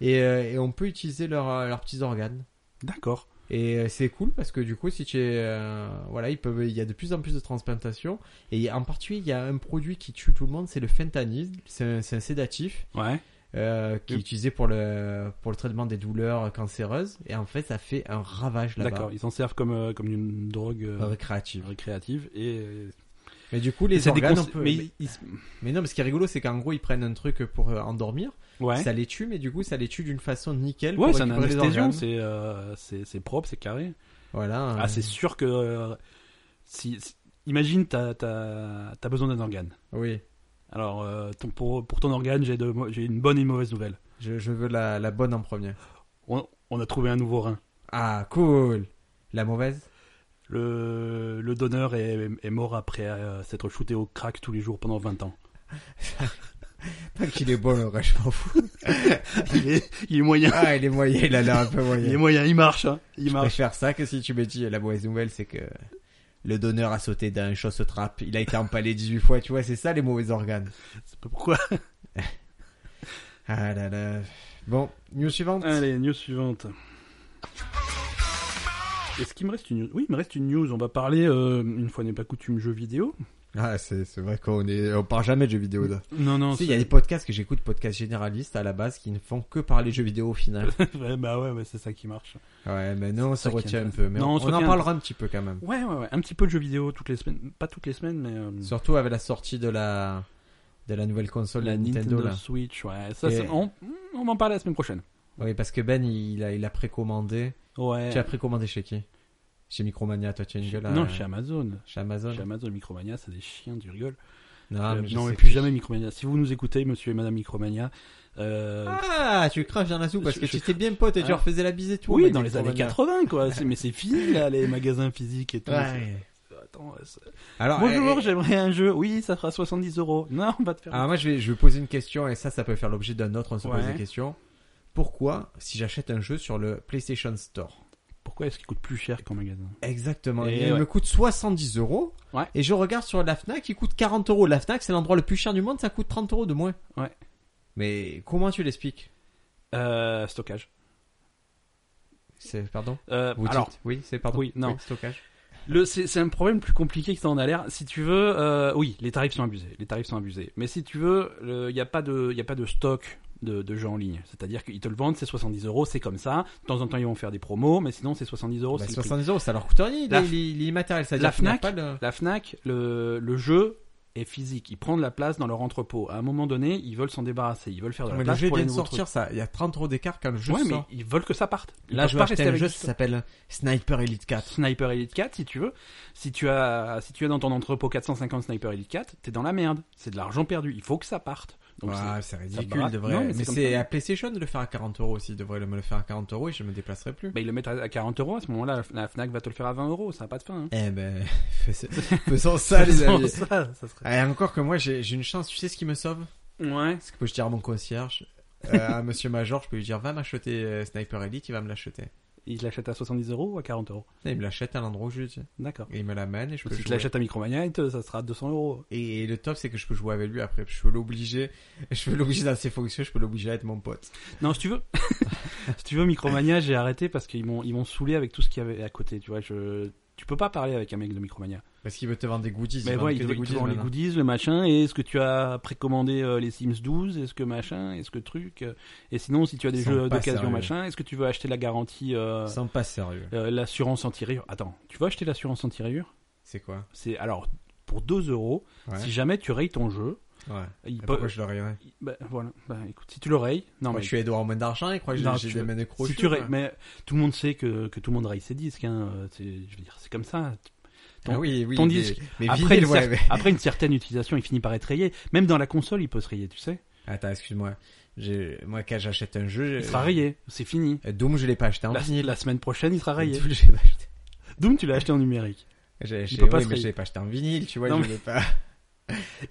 Speaker 1: Et, euh, et on peut utiliser leurs euh, leurs petits organes.
Speaker 2: D'accord.
Speaker 1: Et euh, c'est cool parce que du coup, si tu es, euh, voilà, ils peuvent, il y a de plus en plus de transplantations. Et en particulier, il y a un produit qui tue tout le monde, c'est le fentanyl. C'est un, c'est un sédatif
Speaker 2: Ouais.
Speaker 1: euh, qui est
Speaker 2: Oui.
Speaker 1: utilisé pour le pour le traitement des douleurs cancéreuses. Et en fait, ça fait un ravage là-bas.
Speaker 2: D'accord. Ils s'en servent comme, euh, comme une drogue euh,
Speaker 1: récréative.
Speaker 2: récréative. Et euh,
Speaker 1: Mais du coup, les
Speaker 2: C'est des
Speaker 1: organes,
Speaker 2: cons-
Speaker 1: on peut-
Speaker 2: mais
Speaker 1: mais...
Speaker 2: ils- ils-
Speaker 1: mais non, mais ce qui est rigolo, c'est qu'en gros, ils prennent un truc pour euh, endormir.
Speaker 2: ouais.
Speaker 1: Ça les tue, mais du coup, ça les tue d'une façon nickel.
Speaker 2: Ouais,
Speaker 1: pour
Speaker 2: c'est un
Speaker 1: récupérer les
Speaker 2: anesthésion,
Speaker 1: organes.
Speaker 2: c'est euh, c'est c'est propre, c'est carré.
Speaker 1: Voilà. euh,
Speaker 2: Ah, c'est sûr que euh, si, si- imagine t'as t'as t'as besoin d'un organe.
Speaker 1: Oui.
Speaker 2: Alors euh, ton- pour pour ton organe, j'ai de mo- j'ai une bonne et une mauvaise nouvelle.
Speaker 1: Je, je veux la, la bonne en premier.
Speaker 2: On, on a trouvé un nouveau rein.
Speaker 1: Ah, cool. La mauvaise
Speaker 2: Le, le donneur est, est mort après euh, s'être shooté au crack tous les jours pendant 20 ans. (laughs)
Speaker 1: Tant qu'il est bon, le reste, je m'en fous.
Speaker 2: Il est, il est moyen,
Speaker 1: Ah, il est moyen, il a l'air un peu
Speaker 2: il est
Speaker 1: moyen.
Speaker 2: moyen, il marche, hein, il
Speaker 1: Je
Speaker 2: marche.
Speaker 1: préfère ça que si tu me dis la mauvaise nouvelle, c'est que le donneur a sauté d'un chausse trappe. Il a été empalé 18 fois, tu vois, c'est ça les mauvais organes.
Speaker 2: C'est pas pourquoi.
Speaker 1: Ah là là. Bon, news suivante.
Speaker 2: Allez, news suivante. Est-ce qu'il me reste une news Oui, il me reste une news. On va parler, euh, une fois n'est pas coutume, jeux vidéo.
Speaker 1: Ah, c'est c'est vrai qu'on est, on parle jamais de jeux vidéo là.
Speaker 2: Non, non,
Speaker 1: Tu sais, il y a des podcasts que j'écoute, podcasts généralistes à la base, qui ne font que parler jeux vidéo au
Speaker 2: (laughs)
Speaker 1: final.
Speaker 2: Ouais, bah ouais, ouais, c'est ça qui marche.
Speaker 1: Ouais, mais non, on se
Speaker 2: C'est ça qui
Speaker 1: retient un
Speaker 2: intéresse.
Speaker 1: peu. Mais
Speaker 2: Non, on
Speaker 1: on,
Speaker 2: se
Speaker 1: on en
Speaker 2: retient.
Speaker 1: parlera un petit peu quand même.
Speaker 2: Ouais, ouais, ouais. Un petit peu de jeux vidéo toutes les semaines. Pas toutes les semaines, mais. euh,
Speaker 1: Surtout avec la sortie de la, de la nouvelle console de
Speaker 2: la Nintendo,
Speaker 1: Nintendo, là.
Speaker 2: Switch, ouais. Ça,
Speaker 1: Et-
Speaker 2: c'est- on, on va en parler la semaine prochaine.
Speaker 1: Oui, parce que Ben, il a, il a précommandé.
Speaker 2: Ouais.
Speaker 1: Tu as précommandé chez qui Chez Micromania, toi, tu as une gueule à-
Speaker 2: Non, chez Amazon.
Speaker 1: chez Amazon.
Speaker 2: Chez Amazon, Micromania, c'est des chiens, du rigole.
Speaker 1: Non,
Speaker 2: Euh,
Speaker 1: Ah, mais je
Speaker 2: non,
Speaker 1: sais
Speaker 2: mais plus
Speaker 1: que-
Speaker 2: jamais Micromania. Si vous nous écoutez, monsieur et madame Micromania, euh,
Speaker 1: Ah, tu craches dans la soupe parce
Speaker 2: Je-
Speaker 1: que
Speaker 2: je
Speaker 1: tu
Speaker 2: crache.
Speaker 1: étais bien pote et tu
Speaker 2: Ah.
Speaker 1: leur faisais la bise et tout.
Speaker 2: oui,
Speaker 1: mais
Speaker 2: dans les années
Speaker 1: Micromania.
Speaker 2: 80, quoi. C'est- mais c'est fini, là, les magasins physiques et tout.
Speaker 1: Ouais.
Speaker 2: C'est- Attends, c'est-
Speaker 1: Alors,
Speaker 2: Bonjour,
Speaker 1: eh,
Speaker 2: j'aimerais un jeu. Oui, ça fera 70 euros. Non, on va te faire.
Speaker 1: Alors moi je vais, je vais poser une question et ça ça peut faire l'objet d'un autre, on se pose
Speaker 2: Ouais.
Speaker 1: des questions. Pourquoi si j'achète un jeu sur le PlayStation Store
Speaker 2: Pourquoi est-ce qu'il coûte plus cher qu'en magasin
Speaker 1: Exactement,
Speaker 2: Et
Speaker 1: il
Speaker 2: ouais.
Speaker 1: me coûte 70 euros
Speaker 2: Ouais.
Speaker 1: et je regarde sur la FNAC, il coûte 40 euros. La FNAC c'est l'endroit le plus cher du monde, ça coûte 30 euros de moins.
Speaker 2: Ouais.
Speaker 1: Mais comment tu l'expliques
Speaker 2: euh, Stockage.
Speaker 1: C'est pardon
Speaker 2: Euh,
Speaker 1: Vous
Speaker 2: alors,
Speaker 1: dites Oui, c'est pardon.
Speaker 2: Oui, non.
Speaker 1: stockage.
Speaker 2: Le- c'est c'est un problème plus compliqué que ça en a l'air. Si tu veux, euh, oui, les tarifs sont abusés. Les tarifs sont abusés. Mais si tu veux, il n'y a pas de, il a pas de stock de, de jeux en ligne. C'est-à-dire qu'ils te le vendent, c'est 70 euros, c'est comme ça. De temps en temps, ils vont faire des promos, mais sinon, c'est 70 euros.
Speaker 1: Bah,
Speaker 2: Oh, c'est le prix.
Speaker 1: 70 euros, ça leur coûte rien, il
Speaker 2: La-
Speaker 1: est- il est il est immatériel, ça veut
Speaker 2: la
Speaker 1: dire qu'il n'y a
Speaker 2: Fnac-
Speaker 1: pas de-
Speaker 2: La Fnac, le, le jeu est physique. Ils prennent de la place dans leur entrepôt. À un moment donné, ils veulent s'en débarrasser. Ils veulent faire de la
Speaker 1: Mais le
Speaker 2: place
Speaker 1: jeu
Speaker 2: pour
Speaker 1: vient
Speaker 2: les
Speaker 1: de
Speaker 2: nouveaux
Speaker 1: sortir, ça, il y a 30 euros d'écart quand le jeu
Speaker 2: trucs. Ouais, mais
Speaker 1: sort.
Speaker 2: ils veulent que ça parte. Ils
Speaker 1: Là,
Speaker 2: peuvent
Speaker 1: je vais
Speaker 2: pas
Speaker 1: acheter
Speaker 2: rester
Speaker 1: un
Speaker 2: avec
Speaker 1: jeu
Speaker 2: du
Speaker 1: qui
Speaker 2: stock.
Speaker 1: s'appelle Sniper Elite 4.
Speaker 2: Sniper Elite 4 si tu veux. Si tu as si tu as dans ton entrepôt 450 Sniper Elite 4, t'es dans la merde. C'est de l'argent perdu. Il faut que ça parte. Donc
Speaker 1: Ah,
Speaker 2: c'est-
Speaker 1: c'est
Speaker 2: ça
Speaker 1: ridicule,
Speaker 2: barate.
Speaker 1: de vrai.
Speaker 2: Non, mais
Speaker 1: mais
Speaker 2: c'est comme
Speaker 1: c'est
Speaker 2: ça.
Speaker 1: à PlayStation de le faire à 40 euros aussi. Ils devraient le- me le faire à 40 euros et je me déplacerai plus.
Speaker 2: bah, ils le mettent à à 40 euros. À ce moment-là, la Fnac va te le faire à 20 euros. Ça n'a pas de fin. hein.
Speaker 1: Eh ben,
Speaker 2: (laughs)
Speaker 1: faisons- (laughs) faisons ça, les amis. Ah,
Speaker 2: Ça, ça serait-
Speaker 1: Et encore que moi, j'ai j'ai une chance. Tu sais ce qui me sauve
Speaker 2: Ouais.
Speaker 1: Ce que je dire à mon concierge, euh, à Monsieur Major, je peux lui dire va m'acheter euh, Sniper Elite, il va me l'acheter.
Speaker 2: Ils l'achètent à 70 euros ou à 40 euros.
Speaker 1: Et Il me l'achète à l'endroit où je lui dis.
Speaker 2: D'accord.
Speaker 1: Et il me l'amène et je peux
Speaker 2: Bah, Si tu
Speaker 1: jouer.
Speaker 2: l'achètes à Micromania, il te- ça sera à 200 euros.
Speaker 1: Et le top, c'est que je peux jouer avec lui après. Je peux l'obliger. (laughs) Je peux l'obliger dans ses fonctions. Je peux l'obliger à être mon pote.
Speaker 2: Non, si tu veux, (laughs) si tu veux, Micromania, j'ai arrêté parce qu'ils m'ont ils m'ont saoulé avec tout ce qu'il y avait à côté. Tu vois, je tu peux pas parler avec un mec de Micromania.
Speaker 1: Parce qu'il veut te vendre des goodies.
Speaker 2: Mais
Speaker 1: vend
Speaker 2: ouais,
Speaker 1: que
Speaker 2: ils
Speaker 1: des
Speaker 2: te
Speaker 1: goodies
Speaker 2: vendent les
Speaker 1: maintenant.
Speaker 2: goodies, le machin, et est-ce que tu as précommandé euh, les Sims 12, est-ce que machin, est-ce que truc, euh, et sinon si tu as des
Speaker 1: Ils sont
Speaker 2: jeux
Speaker 1: pas
Speaker 2: d'occasion
Speaker 1: sérieux.
Speaker 2: machin, est-ce que tu veux acheter la garantie, euh,
Speaker 1: Ils sont pas sérieux.
Speaker 2: euh, l'assurance anti-rayure Attends, tu veux acheter l'assurance anti-rayure
Speaker 1: C'est quoi
Speaker 2: C'est alors pour 2 euros,
Speaker 1: Ouais.
Speaker 2: si jamais tu rayes ton jeu,
Speaker 1: Ouais.
Speaker 2: il
Speaker 1: Et
Speaker 2: peut...
Speaker 1: Pourquoi je le rierais
Speaker 2: il- bah, voilà, bah écoute, si tu le rayes, non
Speaker 1: Moi,
Speaker 2: mais...
Speaker 1: je suis Edouard Moine d'Argent, il croit que
Speaker 2: Non,
Speaker 1: j'ai- j'ai
Speaker 2: tu
Speaker 1: des
Speaker 2: veux-
Speaker 1: mains de
Speaker 2: Si
Speaker 1: crochus,
Speaker 2: tu rayes-
Speaker 1: quoi.
Speaker 2: mais tout le monde sait que, que tout le monde raye ses disques, hein, euh, c'est- je veux dire, c'est comme ça, ton-
Speaker 1: Ah oui, oui,
Speaker 2: ton
Speaker 1: mais-
Speaker 2: disque.
Speaker 1: Mais
Speaker 2: après,
Speaker 1: vinyle,
Speaker 2: une
Speaker 1: ouais,
Speaker 2: cer-
Speaker 1: mais-
Speaker 2: après une certaine utilisation, il finit par être rayé. Même dans la console, il peut se rayer, tu sais.
Speaker 1: Attends, excuse-moi. J'ai- Moi, quand j'achète un jeu,
Speaker 2: Il
Speaker 1: j'ai-
Speaker 2: sera rayé, c'est fini.
Speaker 1: Euh, Doom, je l'ai pas acheté en
Speaker 2: La,
Speaker 1: vinyle.
Speaker 2: la semaine prochaine, il sera rayé.
Speaker 1: Doom, je l'ai pas acheté.
Speaker 2: hein Doom, tu l'as acheté en numérique.
Speaker 1: J'ai- j'ai-
Speaker 2: peut pas
Speaker 1: oui,
Speaker 2: se
Speaker 1: mais je
Speaker 2: rayer.
Speaker 1: l'ai pas acheté en vinyle, tu vois,
Speaker 2: Non,
Speaker 1: je l'ai pas.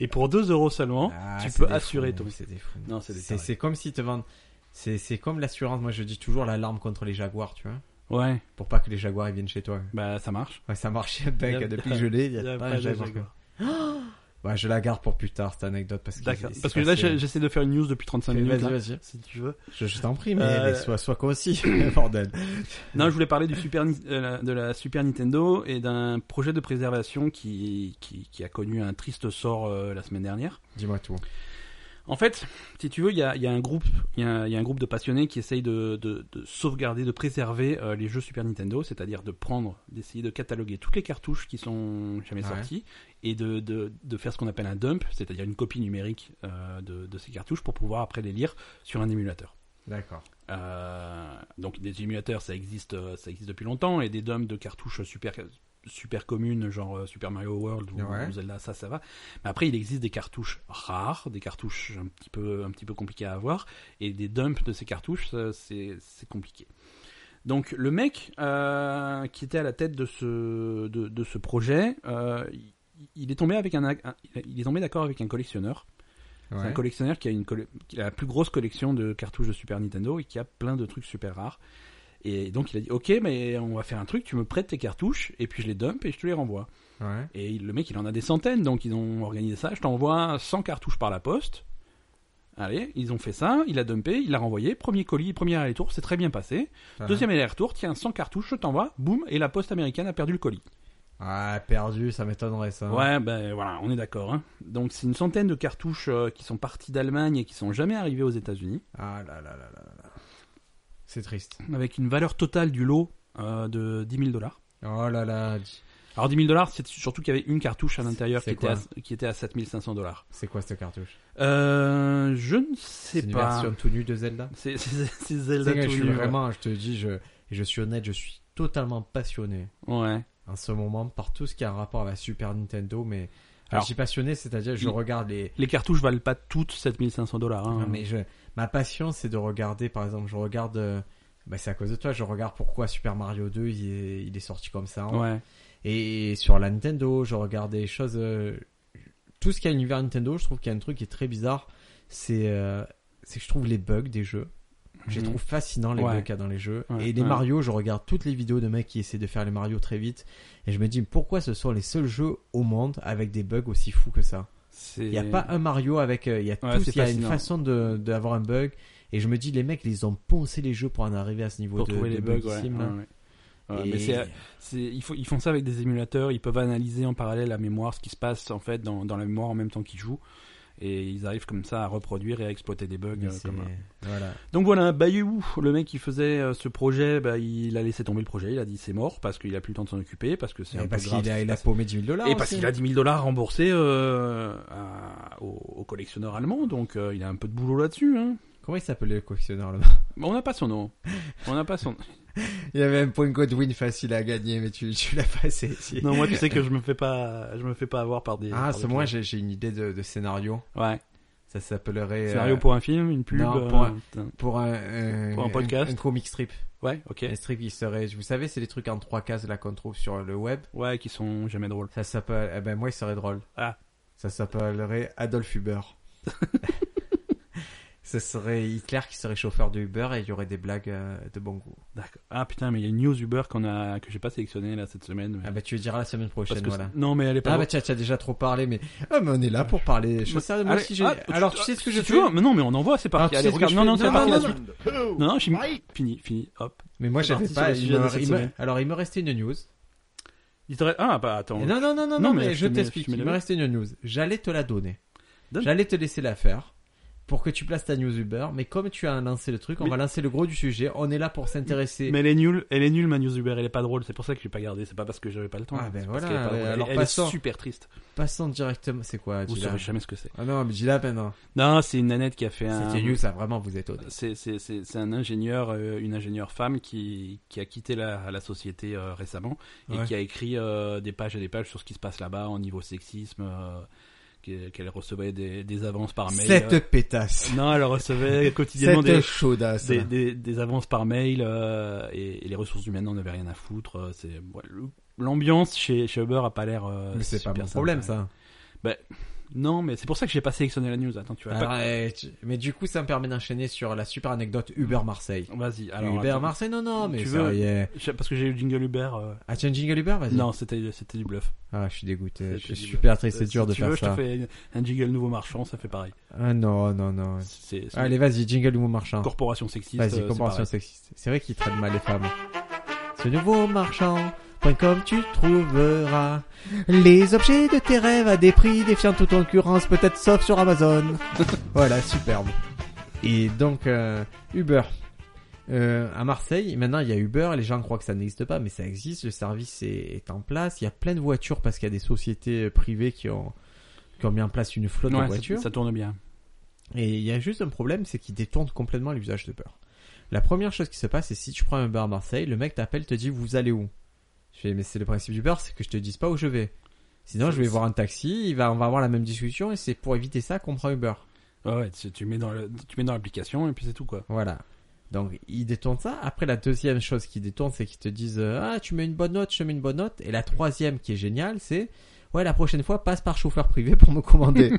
Speaker 2: Et pour 2 euros seulement,
Speaker 1: Ah,
Speaker 2: tu
Speaker 1: c'est
Speaker 2: peux
Speaker 1: des
Speaker 2: assurer
Speaker 1: fous,
Speaker 2: ton-
Speaker 1: C'est des fous.
Speaker 2: Non, c'est des
Speaker 1: C'est
Speaker 2: tarés.
Speaker 1: c'est comme s'ils te vendent. C'est c'est comme l'assurance. Moi, je dis toujours l'alarme contre les jaguars, tu vois.
Speaker 2: ouais,
Speaker 1: Pour pas que les jaguars ils viennent chez toi.
Speaker 2: bah ça marche.
Speaker 1: Ouais, ça marchait bien
Speaker 2: Y a-
Speaker 1: que depuis que je l'ai, il y a pas un
Speaker 2: de
Speaker 1: jaguar.
Speaker 2: jaguar.
Speaker 1: Ouais, Bah, je la garde pour plus tard, cette anecdote, parce que.
Speaker 2: D'accord.
Speaker 1: c'est
Speaker 2: Parce que là,
Speaker 1: passé.
Speaker 2: j'ai- j'essaie de faire une news depuis 35 minutes. hein.
Speaker 1: Vas-y,
Speaker 2: là,
Speaker 1: vas-y.
Speaker 2: Si tu veux.
Speaker 1: Je, je t'en prie, mais
Speaker 2: Euh,
Speaker 1: mais sois, sois
Speaker 2: (coughs)
Speaker 1: concis, (coughs) bordel.
Speaker 2: Non, je voulais parler du super, Ni- euh, la- de la Super Nintendo et d'un projet de préservation qui, qui, qui a connu un triste sort euh, la semaine dernière.
Speaker 1: Dis-moi tout.
Speaker 2: En fait, si tu veux, il y a, il y a un groupe, il y a un- il y a un groupe de passionnés qui essayent de, de- de sauvegarder, de préserver euh, les jeux Super Nintendo, c'est-à-dire de prendre, d'essayer de cataloguer toutes les cartouches qui sont jamais
Speaker 1: Ouais.
Speaker 2: sorties et de, de- de faire ce qu'on appelle un dump, c'est-à-dire une copie numérique euh, de, de ces cartouches pour pouvoir après les lire sur un émulateur.
Speaker 1: D'accord.
Speaker 2: Euh, donc des émulateurs, ça existe, euh, ça existe depuis longtemps et des dumps de cartouches super super communes, genre euh, Super Mario World ou
Speaker 1: Ouais.
Speaker 2: ou Zelda, ça, ça va. Mais après, il existe des cartouches rares, des cartouches un petit peu, un petit peu compliquées à avoir, et des dumps de ces cartouches, ça, c'est c'est compliqué. Donc le mec euh, qui était à la tête de ce, de, de ce projet, euh, il- il est tombé avec un, un- il est tombé d'accord avec un collectionneur c'est un
Speaker 1: Ouais.
Speaker 2: collectionneur qui a, une colle- qui a la plus grosse collection de cartouches de Super Nintendo et qui a plein de trucs super rares. Et donc il a dit Ok, mais on va faire un truc, tu me prêtes tes cartouches et puis je les dump et je te les renvoie.
Speaker 1: Ouais.
Speaker 2: Et il- le mec il en a des centaines donc ils ont organisé ça. Je t'envoie 100 cartouches par la poste. Allez, ils ont fait ça, il a dumpé, il l'a renvoyé. Premier colis, premier aller-retour, c'est très bien passé.
Speaker 1: Ça
Speaker 2: Deuxième aller-retour, tiens, 100 cartouches, je t'envoie, boum, et la poste américaine a perdu le colis.
Speaker 1: va. Ah, perdu, ça m'étonnerait ça.
Speaker 2: Ouais, ben voilà, on est d'accord. hein. Donc c'est une centaine de cartouches euh, qui sont parties d'Allemagne et qui sont jamais arrivées aux États-Unis.
Speaker 1: Ah là là là là là. là. C'est triste.
Speaker 2: avec une valeur totale du lot euh, de 10 000 dollars.
Speaker 1: Oh là là. dis-
Speaker 2: Alors 10 000 dollars, c'est surtout qu'il y avait une cartouche à l'intérieur qui,
Speaker 1: c'est
Speaker 2: était à-
Speaker 1: quoi
Speaker 2: qui était à 7 500 dollars.
Speaker 1: C'est quoi cette cartouche
Speaker 2: Euh, je ne sais
Speaker 1: une
Speaker 2: pas.
Speaker 1: version tout nue de Zelda.
Speaker 2: C'est (laughs) c'est- c'est
Speaker 1: Tu
Speaker 2: Zelda
Speaker 1: sais que je
Speaker 2: tout
Speaker 1: suis
Speaker 2: nu, ouais.
Speaker 1: vraiment, je te dis, je, je suis honnête, je suis totalement passionné
Speaker 2: Ouais.
Speaker 1: en ce moment par tout ce qui a un rapport à la Super Nintendo, mais
Speaker 2: Alors,
Speaker 1: je suis passionné, c'est-à-dire je
Speaker 2: il-
Speaker 1: regarde les.
Speaker 2: Les cartouches valent pas toutes 7 500 dollars. hein.
Speaker 1: Non, mais je, ma passion, c'est de regarder, par exemple, je regarde. euh, Bah, c'est à cause de toi, je regarde pourquoi Super Mario 2 il est, il est sorti comme ça. hein.
Speaker 2: Ouais.
Speaker 1: Et sur la Nintendo, je regarde des choses. euh, tout ce qui a l'univers Nintendo, je trouve qu'il y a un truc qui est très bizarre. C'est euh, c'est que je trouve les bugs des jeux. Je les
Speaker 2: Mhm.
Speaker 1: trouve fascinants, les
Speaker 2: Ouais.
Speaker 1: bugs qu'il y a dans les jeux.
Speaker 2: Ouais,
Speaker 1: et les
Speaker 2: ouais.
Speaker 1: Mario, je regarde toutes les vidéos de mecs qui essaient de faire les Mario très vite. Et je me dis, pourquoi ce sont les seuls jeux au monde avec des bugs aussi fous que ça
Speaker 2: C'est-
Speaker 1: Il n'y a pas un Mario avec. euh, Il y a,
Speaker 2: Ouais,
Speaker 1: tous-
Speaker 2: c'est
Speaker 1: il y a une
Speaker 2: fascinant.
Speaker 1: façon de- d'avoir un bug. Et je me dis, les mecs, ils ont poncé les jeux pour en arriver à ce niveau
Speaker 2: pour
Speaker 1: de,
Speaker 2: trouver
Speaker 1: de
Speaker 2: les bugs. Ouais.
Speaker 1: bugissimes, là.
Speaker 2: Ouais, ouais. Ouais,
Speaker 1: Et-
Speaker 2: mais c'est- c'est- ils, font- ils font ça avec des émulateurs, ils peuvent analyser en parallèle la mémoire, ce qui se passe en fait dans, dans la mémoire en même temps qu'ils jouent, et ils arrivent comme ça à reproduire et à exploiter des bugs.
Speaker 1: mais
Speaker 2: euh,
Speaker 1: c'est-
Speaker 2: comme,
Speaker 1: Voilà.
Speaker 2: Donc voilà, Bayou, le mec qui faisait euh, ce projet, bah, il a laissé tomber le projet, il a dit c'est mort parce qu'il a plus le temps de s'en occuper, parce que c'est
Speaker 1: Et
Speaker 2: un
Speaker 1: parce
Speaker 2: peu grave.
Speaker 1: qu'il
Speaker 2: ce
Speaker 1: a,
Speaker 2: qui
Speaker 1: il
Speaker 2: se
Speaker 1: a
Speaker 2: passe.
Speaker 1: paumé 10 000 dollars.
Speaker 2: Et parce qu'il a 10 000 dollars remboursés euh, à- au, au collectionneur allemand, donc euh, il a un peu de boulot là-dessus. Hein.
Speaker 1: Comment il s'appelait le collectionneur là
Speaker 2: (laughs) Mais on n'a pas son nom. On n'a pas son
Speaker 1: (laughs) Il y avait un point Godwin facile à gagner, mais tu, tu l'as passé ici.
Speaker 2: Non, moi tu sais que je me fais pas, je me fais pas avoir par des.
Speaker 1: Ah,
Speaker 2: par
Speaker 1: c'est
Speaker 2: des
Speaker 1: moi,
Speaker 2: trucs.
Speaker 1: j'ai j'ai une idée de, de scénario.
Speaker 2: Ouais.
Speaker 1: Ça s'appellerait. euh,
Speaker 2: Scénario pour un film, une pub.
Speaker 1: non, pour
Speaker 2: euh,
Speaker 1: un-
Speaker 2: putain.
Speaker 1: pour un, euh,
Speaker 2: pour un podcast.
Speaker 1: Un, comic strip.
Speaker 2: Ouais, ok.
Speaker 1: Un strip qui serait. Vous savez, c'est les trucs en trois cases là qu'on trouve sur le web.
Speaker 2: Ouais, qui sont jamais drôles.
Speaker 1: Ça s'appelle. Eh ben, moi, il serait drôle.
Speaker 2: Ah.
Speaker 1: Ça s'appellerait Adolf
Speaker 2: (laughs)
Speaker 1: Huber. Ce serait Hitler qui serait chauffeur de Uber et il y aurait des blagues euh, de bon goût.
Speaker 2: D'accord. Ah putain, mais il y a une news Uber qu'on a, que j'ai pas sélectionné là cette semaine. mais-
Speaker 1: Ah, bah, tu le diras la semaine
Speaker 2: Parce
Speaker 1: prochaine,
Speaker 2: que
Speaker 1: voilà.
Speaker 2: c'est- non, mais elle est pas.
Speaker 1: Ah bah tiens, tu as déjà trop parlé, mais, ah, mais on est là pour parler. Je
Speaker 2: Bah,
Speaker 1: sérieux, moi
Speaker 2: allez,
Speaker 1: aussi, j'ai-
Speaker 2: ah,
Speaker 1: Alors tu sais ce que je
Speaker 2: Si tu
Speaker 1: fais
Speaker 2: veux, mais non, mais on envoie, c'est
Speaker 1: Alors,
Speaker 2: parti.
Speaker 1: tu sais
Speaker 2: Allez,
Speaker 1: ce que
Speaker 2: regarde.
Speaker 1: je
Speaker 2: Non,
Speaker 1: fais
Speaker 2: non, c'est
Speaker 1: Non,
Speaker 2: parti
Speaker 1: non,
Speaker 2: la
Speaker 1: non,
Speaker 2: suite. Non, non, j'ai mis- fini, fini, hop.
Speaker 1: Mais moi
Speaker 2: C'est
Speaker 1: j'avais
Speaker 2: parti
Speaker 1: pas.
Speaker 2: sur le
Speaker 1: il
Speaker 2: sujet
Speaker 1: me-
Speaker 2: de
Speaker 1: il
Speaker 2: cette
Speaker 1: me-
Speaker 2: semaine.
Speaker 1: Alors il me restait une news.
Speaker 2: Il te reste- Ah bah attends.
Speaker 1: Non non non non
Speaker 2: Non,
Speaker 1: non,
Speaker 2: mais
Speaker 1: mais
Speaker 2: je
Speaker 1: je
Speaker 2: te mets-
Speaker 1: t'explique.
Speaker 2: je te mets
Speaker 1: Il me
Speaker 2: la-
Speaker 1: restait une news. J'allais te la donner.
Speaker 2: Donne.
Speaker 1: J'allais te laisser la faire pour que tu places ta news Uber. Mais comme tu as lancé le truc, on
Speaker 2: Mais-
Speaker 1: va lancer le gros du sujet. On est là pour s'intéresser.
Speaker 2: Mais elle est nulle, elle est nulle ma news Uber, elle est pas drôle, c'est pour ça que j'ai pas gardé, c'est pas parce que j'avais pas le temps. hein.
Speaker 1: Ah, ben
Speaker 2: c'est parce
Speaker 1: voilà,
Speaker 2: qu'elle est pas drôle.
Speaker 1: euh, alors
Speaker 2: elle, elle
Speaker 1: passons.
Speaker 2: est super triste.
Speaker 1: Passons directement. C'est quoi
Speaker 2: Vous
Speaker 1: Gilab
Speaker 2: saurez jamais ce que c'est.
Speaker 1: Ah non, mais Gilab, maintenant.
Speaker 2: Non, c'est une nanette qui a fait un
Speaker 1: Cette news, ça a vraiment vous étonné.
Speaker 2: c'est c'est- c'est- c'est un ingénieur euh, une ingénieure femme qui qui a quitté la la société euh, récemment et
Speaker 1: Ouais.
Speaker 2: qui a écrit euh, des pages et des pages sur ce qui se passe là-bas en niveau sexisme euh, qu'elle qu'elle recevait des, des avances par mail.
Speaker 1: Cette
Speaker 2: euh.
Speaker 1: pétasse.
Speaker 2: Non, elle recevait quotidiennement
Speaker 1: (laughs)
Speaker 2: des
Speaker 1: Cette chaudasse.
Speaker 2: des,
Speaker 1: là.
Speaker 2: des- des avances par mail euh, et, et les ressources humaines n'en avaient rien à foutre. euh, c'est ouais, le- l'ambiance chez, chez Uber a pas l'air. euh,
Speaker 1: Mais c'est pas
Speaker 2: super
Speaker 1: mon
Speaker 2: sympa.
Speaker 1: problème ça.
Speaker 2: Non, mais c'est pour ça que j'ai pas sélectionné la news. Attends, tu vas. pas...
Speaker 1: Arrête. Mais du coup, ça me permet d'enchaîner sur la super anecdote Uber Marseille.
Speaker 2: Vas-y. Alors.
Speaker 1: Uber
Speaker 2: attends.
Speaker 1: Marseille, non, non, mais
Speaker 2: Tu
Speaker 1: tu
Speaker 2: veux-
Speaker 1: veux...
Speaker 2: Je- Parce que j'ai eu le jingle Uber. euh,
Speaker 1: Ah, tiens, jingle Uber, vas-y.
Speaker 2: Non, c'était c'était du bluff.
Speaker 1: Ah, je suis dégoûté.
Speaker 2: C'était
Speaker 1: Je suis
Speaker 2: du
Speaker 1: super
Speaker 2: bluff.
Speaker 1: triste, c'est
Speaker 2: Euh,
Speaker 1: dur
Speaker 2: si
Speaker 1: de
Speaker 2: tu
Speaker 1: faire
Speaker 2: veux,
Speaker 1: ça.
Speaker 2: Je te fais un jingle nouveau marchand, ça fait pareil.
Speaker 1: Ah, non, non, non.
Speaker 2: C'est c'est
Speaker 1: Allez, vas-y, jingle ou marchand.
Speaker 2: corporation sexiste. euh,
Speaker 1: Vas-y,
Speaker 2: c'est
Speaker 1: compréhension
Speaker 2: pareil.
Speaker 1: sexiste. C'est vrai qu'il traite mal les femmes. Ce nouveau marchand Amazon.com, tu trouveras les objets de tes rêves à des prix défiant toute concurrence, peut-être sauf sur Amazon.
Speaker 2: (laughs)
Speaker 1: voilà, superbe. Et donc, euh, Uber. Euh, à Marseille, maintenant il y a Uber, les gens croient que ça n'existe pas, mais ça existe, le service est, est en place, il y a plein de voitures parce qu'il y a des sociétés privées qui ont, qui ont mis en place une flotte de
Speaker 2: Ouais,
Speaker 1: voitures.
Speaker 2: ça, ça tourne bien.
Speaker 1: Et il y a juste un problème, c'est qu'il détourne complètement l'usage de beurre. La première chose qui se passe, c'est si tu prends un beurre à Marseille, le mec t'appelle, te dit vous allez où Je fais mais c'est le principe du beurre, c'est que je te dise pas où je vais. Sinon je vais
Speaker 2: C'est-
Speaker 1: voir un taxi, il va, on va avoir la même discussion et c'est pour éviter ça qu'on prend Uber.
Speaker 2: Ouais, ouais, tu, tu mets dans le- tu mets dans l'application et puis c'est tout quoi.
Speaker 1: Voilà. Donc il détourne ça. Après la deuxième chose qui détourne, c'est qu'ils te disent euh, ah tu mets une bonne note, je te mets une bonne note. Et la troisième qui est géniale, c'est ouais la prochaine fois passe par chauffeur privé pour me commander.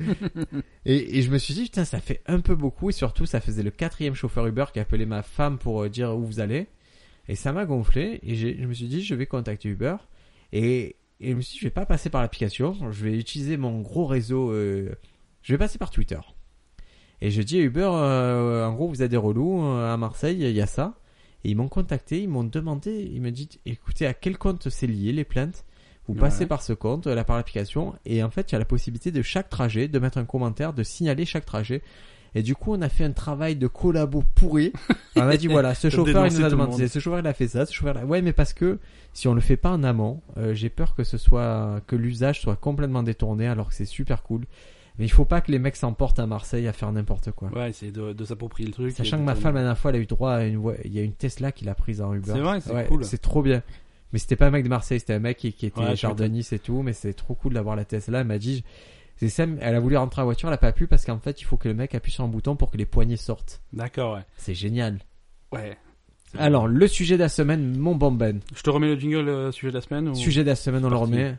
Speaker 1: et, et je me suis dit putain ça fait un peu beaucoup et surtout ça faisait le quatrième chauffeur Uber qui appelait ma femme pour euh, dire où vous allez. Et ça m'a gonflé et j'ai- je me suis dit je vais contacter Uber et, et je me suis dit je vais pas passer par l'application, je vais utiliser mon gros réseau, euh, je vais passer par Twitter. Et je dis à Uber, euh, en gros, vous êtes des relous euh, à Marseille, il y a ça. Et ils m'ont contacté, ils m'ont demandé, ils me disent, écoutez, à quel compte c'est lié les plaintes Vous
Speaker 2: Ouais.
Speaker 1: passez par ce compte, là par l'application, et en fait, il y a la possibilité de chaque trajet de mettre un commentaire, de signaler chaque trajet. Et du coup, on a fait un travail de collabo
Speaker 2: (laughs)
Speaker 1: pourri. On a dit voilà, ce
Speaker 2: De
Speaker 1: chauffeur il
Speaker 2: dénoncer
Speaker 1: nous a
Speaker 2: tout le
Speaker 1: demandé,
Speaker 2: monde.
Speaker 1: ce chauffeur il a fait ça, ce chauffeur il a- ouais, mais parce que si on le fait pas en amont, euh, j'ai peur que ce soit que l'usage soit complètement détourné, alors que c'est super cool. Mais il faut pas que les mecs s'emportent à Marseille à faire n'importe quoi.
Speaker 2: Ouais, c'est de, de s'approprier le truc.
Speaker 1: Sachant
Speaker 2: et
Speaker 1: que ma
Speaker 2: de-
Speaker 1: femme, la dernière fois, elle a eu droit à une, voie- il y a une Tesla qu'il a prise en Uber.
Speaker 2: C'est vrai, c'est
Speaker 1: Ouais,
Speaker 2: cool.
Speaker 1: C'est trop bien. Mais c'était pas un mec de Marseille, c'était un mec qui, qui était
Speaker 2: Ouais, tu
Speaker 1: genre de Nice et tout, mais c'est trop cool d'avoir la Tesla. Elle m'a dit, c'est Sam, elle a voulu rentrer en voiture, elle a pas pu parce qu'en fait, il faut que le mec appuie sur un bouton pour que les poignées sortent.
Speaker 2: D'accord, ouais.
Speaker 1: C'est génial.
Speaker 2: Ouais. C'est-
Speaker 1: Alors, le sujet de la semaine, mon bon Ben.
Speaker 2: je te remets le jingle euh, sujet de la semaine ou
Speaker 1: Sujet de la semaine, on le
Speaker 2: parti.
Speaker 1: remet.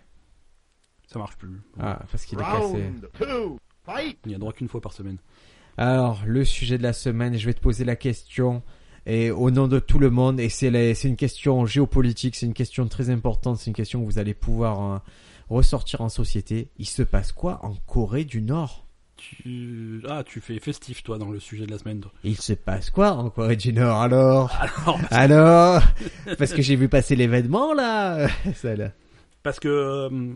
Speaker 2: ça marche plus.
Speaker 1: Ah, parce qu'il est cassé.
Speaker 3: Round two, fight!
Speaker 2: Il n'y a droit qu'une fois par semaine.
Speaker 1: Alors, le sujet de la semaine, je vais te poser la question et au nom de tout le monde et c'est la- c'est une question géopolitique, c'est une question très importante, c'est une question que vous allez pouvoir euh, ressortir en société. Il se passe quoi en Corée du Nord
Speaker 2: Tu... Ah, tu fais festif toi dans le sujet de la semaine. toi.
Speaker 1: Il se passe quoi en Corée du Nord alors
Speaker 2: Alors,
Speaker 1: (laughs) Alors Parce que j'ai vu passer l'événement là, (laughs) ça là.
Speaker 2: parce que euh,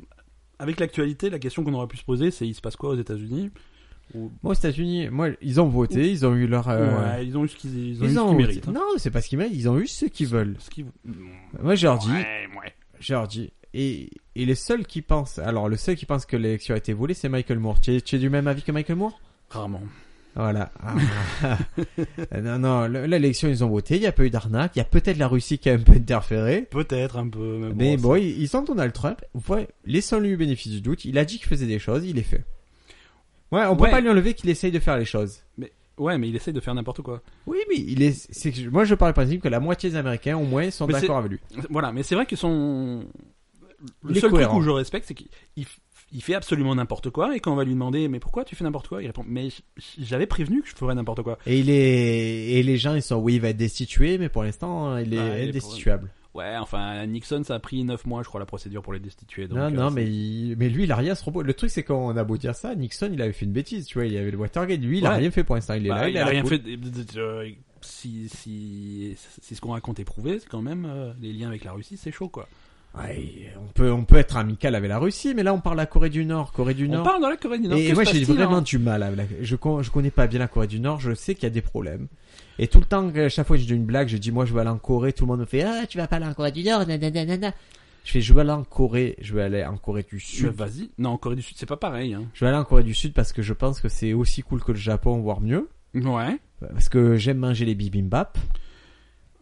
Speaker 2: avec l'actualité, la question qu'on aurait pu se poser, c'est il se passe quoi aux États-Unis Ou-
Speaker 1: Moi aux États-Unis, moi ils ont voté, ils ont eu leur euh,
Speaker 2: Ouais, ils ont eu ce qu'ils ils ont eu ce qu'ils méritent. hein.
Speaker 1: Non, c'est pas ce qu'ils méritent, ils ont eu ce qu'ils veulent.
Speaker 2: Ce qu'ils-
Speaker 1: Moi je leur dis,
Speaker 2: Ouais, ouais.
Speaker 1: Je leur dis. Et, et les seuls qui pensent, alors le seul qui pense que l'élection a été volée, c'est Michael Moore. Tu es, tu es du même avis que Michael Moore
Speaker 2: Rarement.
Speaker 1: Voilà. Ah. (laughs) non, non, le- là, l'élection, ils ont voté, il n'y a pas eu d'arnaque, il y a peut-être la Russie qui a un peu interféré.
Speaker 2: Peut-être un peu. Mais bon,
Speaker 1: Mais
Speaker 2: ça-
Speaker 1: bon, ils, ils ont Donald Trump, ouais, laissons-lui le bénéfice du doute, il a dit qu'il faisait des choses, il les fait. Ouais, on peut
Speaker 2: Ouais.
Speaker 1: pas lui enlever qu'il essaye de faire les choses.
Speaker 2: Ouais, mais il essaye de faire n'importe quoi.
Speaker 1: Oui, mais il est, c'est que je- moi je parle du principe que la moitié des Américains au moins sont
Speaker 2: Mais
Speaker 1: d'accord avec lui.
Speaker 2: Voilà, mais c'est vrai que son. Le
Speaker 1: Il est
Speaker 2: seul truc
Speaker 1: cohérent.
Speaker 2: où je respecte, c'est qu'il il f- il fait absolument n'importe quoi, et quand on va lui demander mais pourquoi tu fais n'importe quoi, il répond mais j- j'avais prévenu que je ferais n'importe quoi.
Speaker 1: Et il est, et les gens ils sont, oui, il va être destitué, mais pour l'instant, il est
Speaker 2: Ah, il est
Speaker 1: destituable.
Speaker 2: Ouais, enfin Nixon, ça a pris 9 mois, je crois, la procédure pour les destituer. donc,
Speaker 1: Non,
Speaker 2: euh,
Speaker 1: non,
Speaker 2: c'est-
Speaker 1: mais, il- mais lui, il a rien à se repos. Le truc, c'est qu'on a beau dire ça, Nixon, il avait fait une bêtise, tu vois, il y avait le Watergate. Lui, il a
Speaker 2: Ouais.
Speaker 1: rien fait pour l'instant, il est
Speaker 2: Bah,
Speaker 1: là, il,
Speaker 2: il
Speaker 1: est à
Speaker 2: a
Speaker 1: la
Speaker 2: rien
Speaker 1: cool.
Speaker 2: fait. euh, Si, si, si ce qu'on raconte est prouvé, c'est quand même euh, les liens avec la Russie, c'est chaud quoi.
Speaker 1: Ouais, on peut, on peut être amical avec la Russie, mais là, on parle de la Corée du Nord, Corée du
Speaker 2: On
Speaker 1: Nord.
Speaker 2: parle de la Corée du Nord.
Speaker 1: et
Speaker 2: que
Speaker 1: moi,
Speaker 2: se
Speaker 1: j'ai
Speaker 2: passe-t-il,
Speaker 1: vraiment
Speaker 2: hein
Speaker 1: du mal avec la, je, con- je connais pas bien la Corée du Nord, je sais qu'il y a des problèmes. Et tout le temps, que- chaque fois que je dis une blague, je dis, moi, je vais aller en Corée, tout le monde me fait, ah, tu vas pas aller en Corée du Nord, nanana. Je fais, je vais aller en Corée, je vais aller en Corée du
Speaker 2: Je-
Speaker 1: Sud.
Speaker 2: Euh, Vas-y. Non, en Corée du Sud, c'est pas pareil. Hein.
Speaker 1: Je vais aller en Corée du Sud parce que je pense que c'est aussi cool que le Japon, voire mieux.
Speaker 2: Ouais.
Speaker 1: Parce que j'aime manger les bibimbap. (laughs)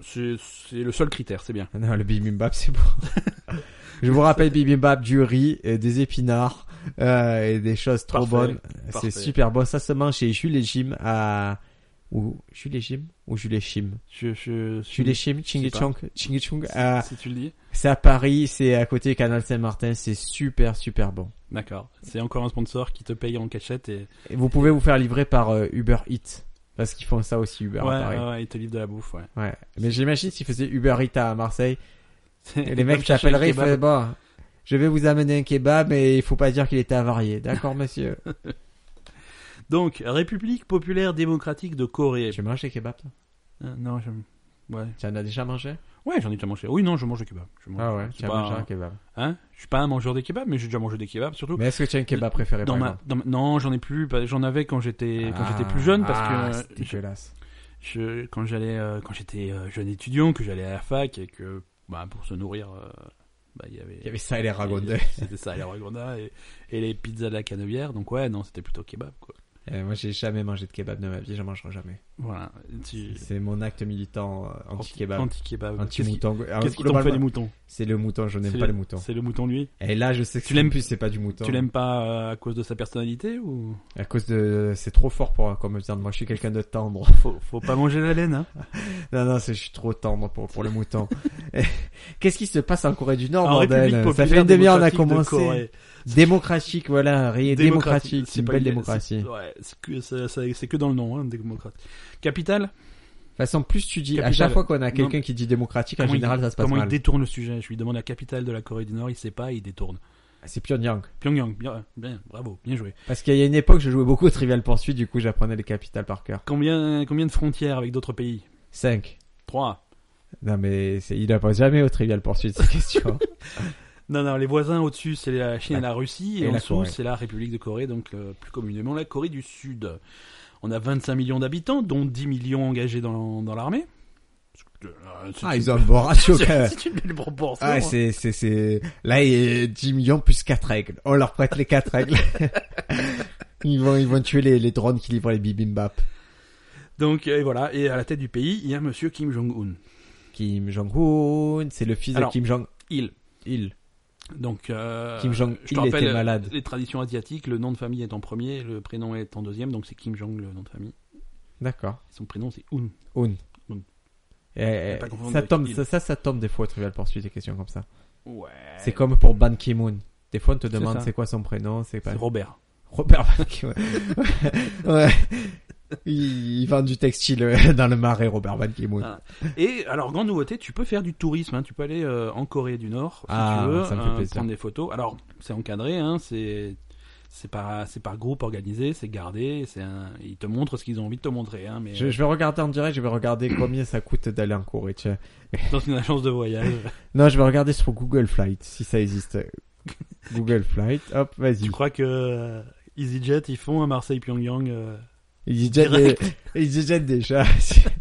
Speaker 2: C'est c'est le seul critère, c'est bien.
Speaker 1: Non, le bibimbap, c'est bon. (laughs) Je vous rappelle, bibimbap, du riz, et des épinards euh, et des choses trop
Speaker 2: Parfait,
Speaker 1: bonnes. C'est
Speaker 2: parfait.
Speaker 1: super bon. Ça se mange chez Jules et Jim à... Ou Jules et Jim Ou Jules et Jim
Speaker 2: Je, je,
Speaker 1: Jules et Jim,
Speaker 2: sais pas.
Speaker 1: Chingichong, Chingichong.
Speaker 2: si-
Speaker 1: à-
Speaker 2: si tu le dis.
Speaker 1: Euh, C'est à Paris, c'est à côté Canal Saint-Martin. C'est super, super bon.
Speaker 2: D'accord. C'est encore un sponsor qui te paye en cachette et
Speaker 1: Et vous pouvez vous faire livrer par euh, Uber Eats. Parce qu'ils font ça aussi, Uber,
Speaker 2: ouais, euh.
Speaker 1: à Paris.
Speaker 2: ouais, ouais, il te livre de la bouffe. Ouais.
Speaker 1: Ouais. Mais j'imagine s'ils faisaient Uber Eats à Marseille, Et
Speaker 2: (laughs)
Speaker 1: les mecs
Speaker 2: Comme chercher
Speaker 1: t'appelleraient,
Speaker 2: le
Speaker 1: ils feraient,
Speaker 2: kebab.
Speaker 1: bon, je vais vous amener un kebab, mais il faut pas dire qu'il était avarié. D'accord, monsieur? euh,
Speaker 2: Donc République populaire démocratique de Corée.
Speaker 1: Tu manges des kebabs, toi?
Speaker 2: Euh, non, je... Ouais.
Speaker 1: Tu en as déjà mangé
Speaker 2: Ouais, j'en ai déjà mangé. Oui, non, je mange le kebab. Je mange-
Speaker 1: Ah ouais,
Speaker 2: c'est
Speaker 1: tu as
Speaker 2: pas
Speaker 1: mangé
Speaker 2: un-
Speaker 1: un kebab.
Speaker 2: hein je suis pas un mangeur des kebabs, mais j'ai déjà mangé des kebabs surtout.
Speaker 1: Mais est-ce que tu as un kebab préféré
Speaker 2: Dans
Speaker 1: par
Speaker 2: ma,
Speaker 1: exemple
Speaker 2: dans ma- non, j'en ai plus. bah, J'en avais quand j'étais quand j'étais plus jeune parce
Speaker 1: Ah,
Speaker 2: que
Speaker 1: c'est
Speaker 2: euh,
Speaker 1: dégueulasse.
Speaker 2: je, quand j'allais euh, quand j'étais euh, jeune étudiant, que j'allais à la fac et que bah, pour se nourrir, euh, bah, il y avait
Speaker 1: Il y avait ça et les ragondins.
Speaker 2: et- (laughs) C'était ça les ragondas et, et les pizzas de la canebière. Donc ouais, non, c'était plutôt kebab quoi.
Speaker 1: Euh, moi, j'ai jamais mangé de kebab de ma vie, j'en mangerai jamais.
Speaker 2: Voilà. Tu-
Speaker 1: C'est mon acte militant euh, anti-kebab,
Speaker 2: Anti-kebab. Qu'est-ce qui-
Speaker 1: anti-mouton. Alors,
Speaker 2: Qu'est-ce qui t'en fait
Speaker 1: globalement,
Speaker 2: des moutons
Speaker 1: C'est le mouton, je n'aime
Speaker 2: C'est
Speaker 1: pas le mouton.
Speaker 2: C'est le mouton lui.
Speaker 1: Et là, je sais que
Speaker 2: Tu l'aimes-
Speaker 1: plus, c'est pas du mouton.
Speaker 2: Tu l'aimes pas euh, à cause de sa personnalité ou
Speaker 1: À cause de, c'est trop fort pour comme viande. Moi, je suis quelqu'un de tendre.
Speaker 2: faut,
Speaker 1: (laughs)
Speaker 2: faut pas manger la laine hein
Speaker 1: Non, non, c'est- je suis trop tendre pour, pour le
Speaker 2: (laughs)
Speaker 1: mouton. Eh, Qu'est-ce qui se passe en Corée du Nord,
Speaker 2: En
Speaker 1: Oh,
Speaker 2: République
Speaker 1: bordel Ça
Speaker 2: populaire
Speaker 1: fait une demi-heure, on a
Speaker 2: démocratique de
Speaker 1: commencé.
Speaker 2: Corée.
Speaker 1: Démocratique, voilà, ré- démocratique, c'est une
Speaker 2: pas
Speaker 1: belle démocratie.
Speaker 2: c'est- Ouais, c'est que, ça- ça- c'est que dans le nom, hein, démocrate. Capitale
Speaker 1: De toute façon, plus tu dis, à
Speaker 2: Capitale.
Speaker 1: chaque fois qu'on a
Speaker 2: Non.
Speaker 1: quelqu'un qui dit démocratique, en
Speaker 2: Comment il-
Speaker 1: général, ça se passe
Speaker 2: Comment
Speaker 1: mal.
Speaker 2: il détourne le sujet Je lui demande la capitale de la Corée du Nord, il sait pas, il détourne.
Speaker 1: Ah, C'est Pyongyang.
Speaker 2: Pyongyang, bien, bien, bravo, bien joué.
Speaker 1: Parce qu'il y a une époque, je jouais beaucoup au Trivial Pursuit, du coup, j'apprenais les capitales par cœur.
Speaker 2: Combien, combien de frontières avec d'autres pays
Speaker 1: 5.
Speaker 2: 3.
Speaker 1: Non, mais c'est, il apprend jamais au Trivial Pursuit, ces questions.
Speaker 2: (laughs) Non, non, les voisins au-dessus, c'est la Chine et
Speaker 1: La-
Speaker 2: la Russie,
Speaker 1: et
Speaker 2: et, en
Speaker 1: la
Speaker 2: dessous,
Speaker 1: Corée.
Speaker 2: c'est la République de Corée, donc euh, plus communément la Corée du Sud. On a 25 millions d'habitants, dont 10 millions engagés dans, dans l'armée. Euh,
Speaker 1: (laughs)
Speaker 2: c'est
Speaker 1: ah,
Speaker 2: une-
Speaker 1: ils ont un bon ratio, quand même.
Speaker 2: C'est une belle proportion.
Speaker 1: Ah,
Speaker 2: hein.
Speaker 1: c'est, c'est, c'est, là, il y a 10 millions plus 4 règles. On leur prête les 4 règles. ils vont, ils vont tuer les, les drones qui livrent les bibimbap.
Speaker 2: Donc euh, et voilà, et à la tête du pays, il y a Monsieur Kim Jong-un.
Speaker 1: Kim Jong-un, c'est le fils
Speaker 2: Alors,
Speaker 1: de Kim Jong-il.
Speaker 2: Il. Donc euh,
Speaker 1: Kim Jong-il
Speaker 2: je te rappelle,
Speaker 1: était malade.
Speaker 2: Les traditions asiatiques, le nom de famille est en premier, le prénom est en deuxième, donc c'est Kim Jong le nom de famille.
Speaker 1: D'accord.
Speaker 2: Son prénom c'est Un.
Speaker 1: Un.
Speaker 2: Un.
Speaker 1: Eh,
Speaker 2: Faut pas confondre
Speaker 1: ça
Speaker 2: avec
Speaker 1: tombe,
Speaker 2: il.
Speaker 1: ça, ça, ça tombe des fois au Trivial Pursuit, des questions comme ça.
Speaker 2: Ouais.
Speaker 1: C'est comme pour Ban Ki-moon. Des fois, on te
Speaker 2: C'est
Speaker 1: demande
Speaker 2: ça.
Speaker 1: c'est quoi son prénom, c'est pas
Speaker 2: C'est Robert.
Speaker 1: (laughs) Robert Van Kimoun. (laughs) ouais. Il, il vend du textile euh, dans le marais, Robert Van Kimoun.
Speaker 2: Ah, Et alors grande nouveauté, tu peux faire du tourisme, hein, tu peux aller euh, en Corée du Nord si
Speaker 1: Ah,
Speaker 2: tu veux,
Speaker 1: ça me fait
Speaker 2: hein,
Speaker 1: plaisir.
Speaker 2: prendre des photos. Alors c'est encadré, hein, c'est c'est par c'est par groupe organisé, c'est gardé, c'est un... ils te montrent ce qu'ils ont envie de te montrer, hein, mais
Speaker 1: Je, je vais regarder en direct, je vais regarder (coughs) combien ça coûte d'aller en Corée. tiens.
Speaker 2: dans une agence
Speaker 1: (laughs)
Speaker 2: de voyage.
Speaker 1: Non, je vais regarder sur Google Flight, si ça
Speaker 2: (laughs)
Speaker 1: existe. Google Flight, hop, vas-y.
Speaker 2: Tu crois que euh, EasyJet, ils font un Marseille-Pyongyang euh,
Speaker 1: Ils jettent des- ils y jettent déjà.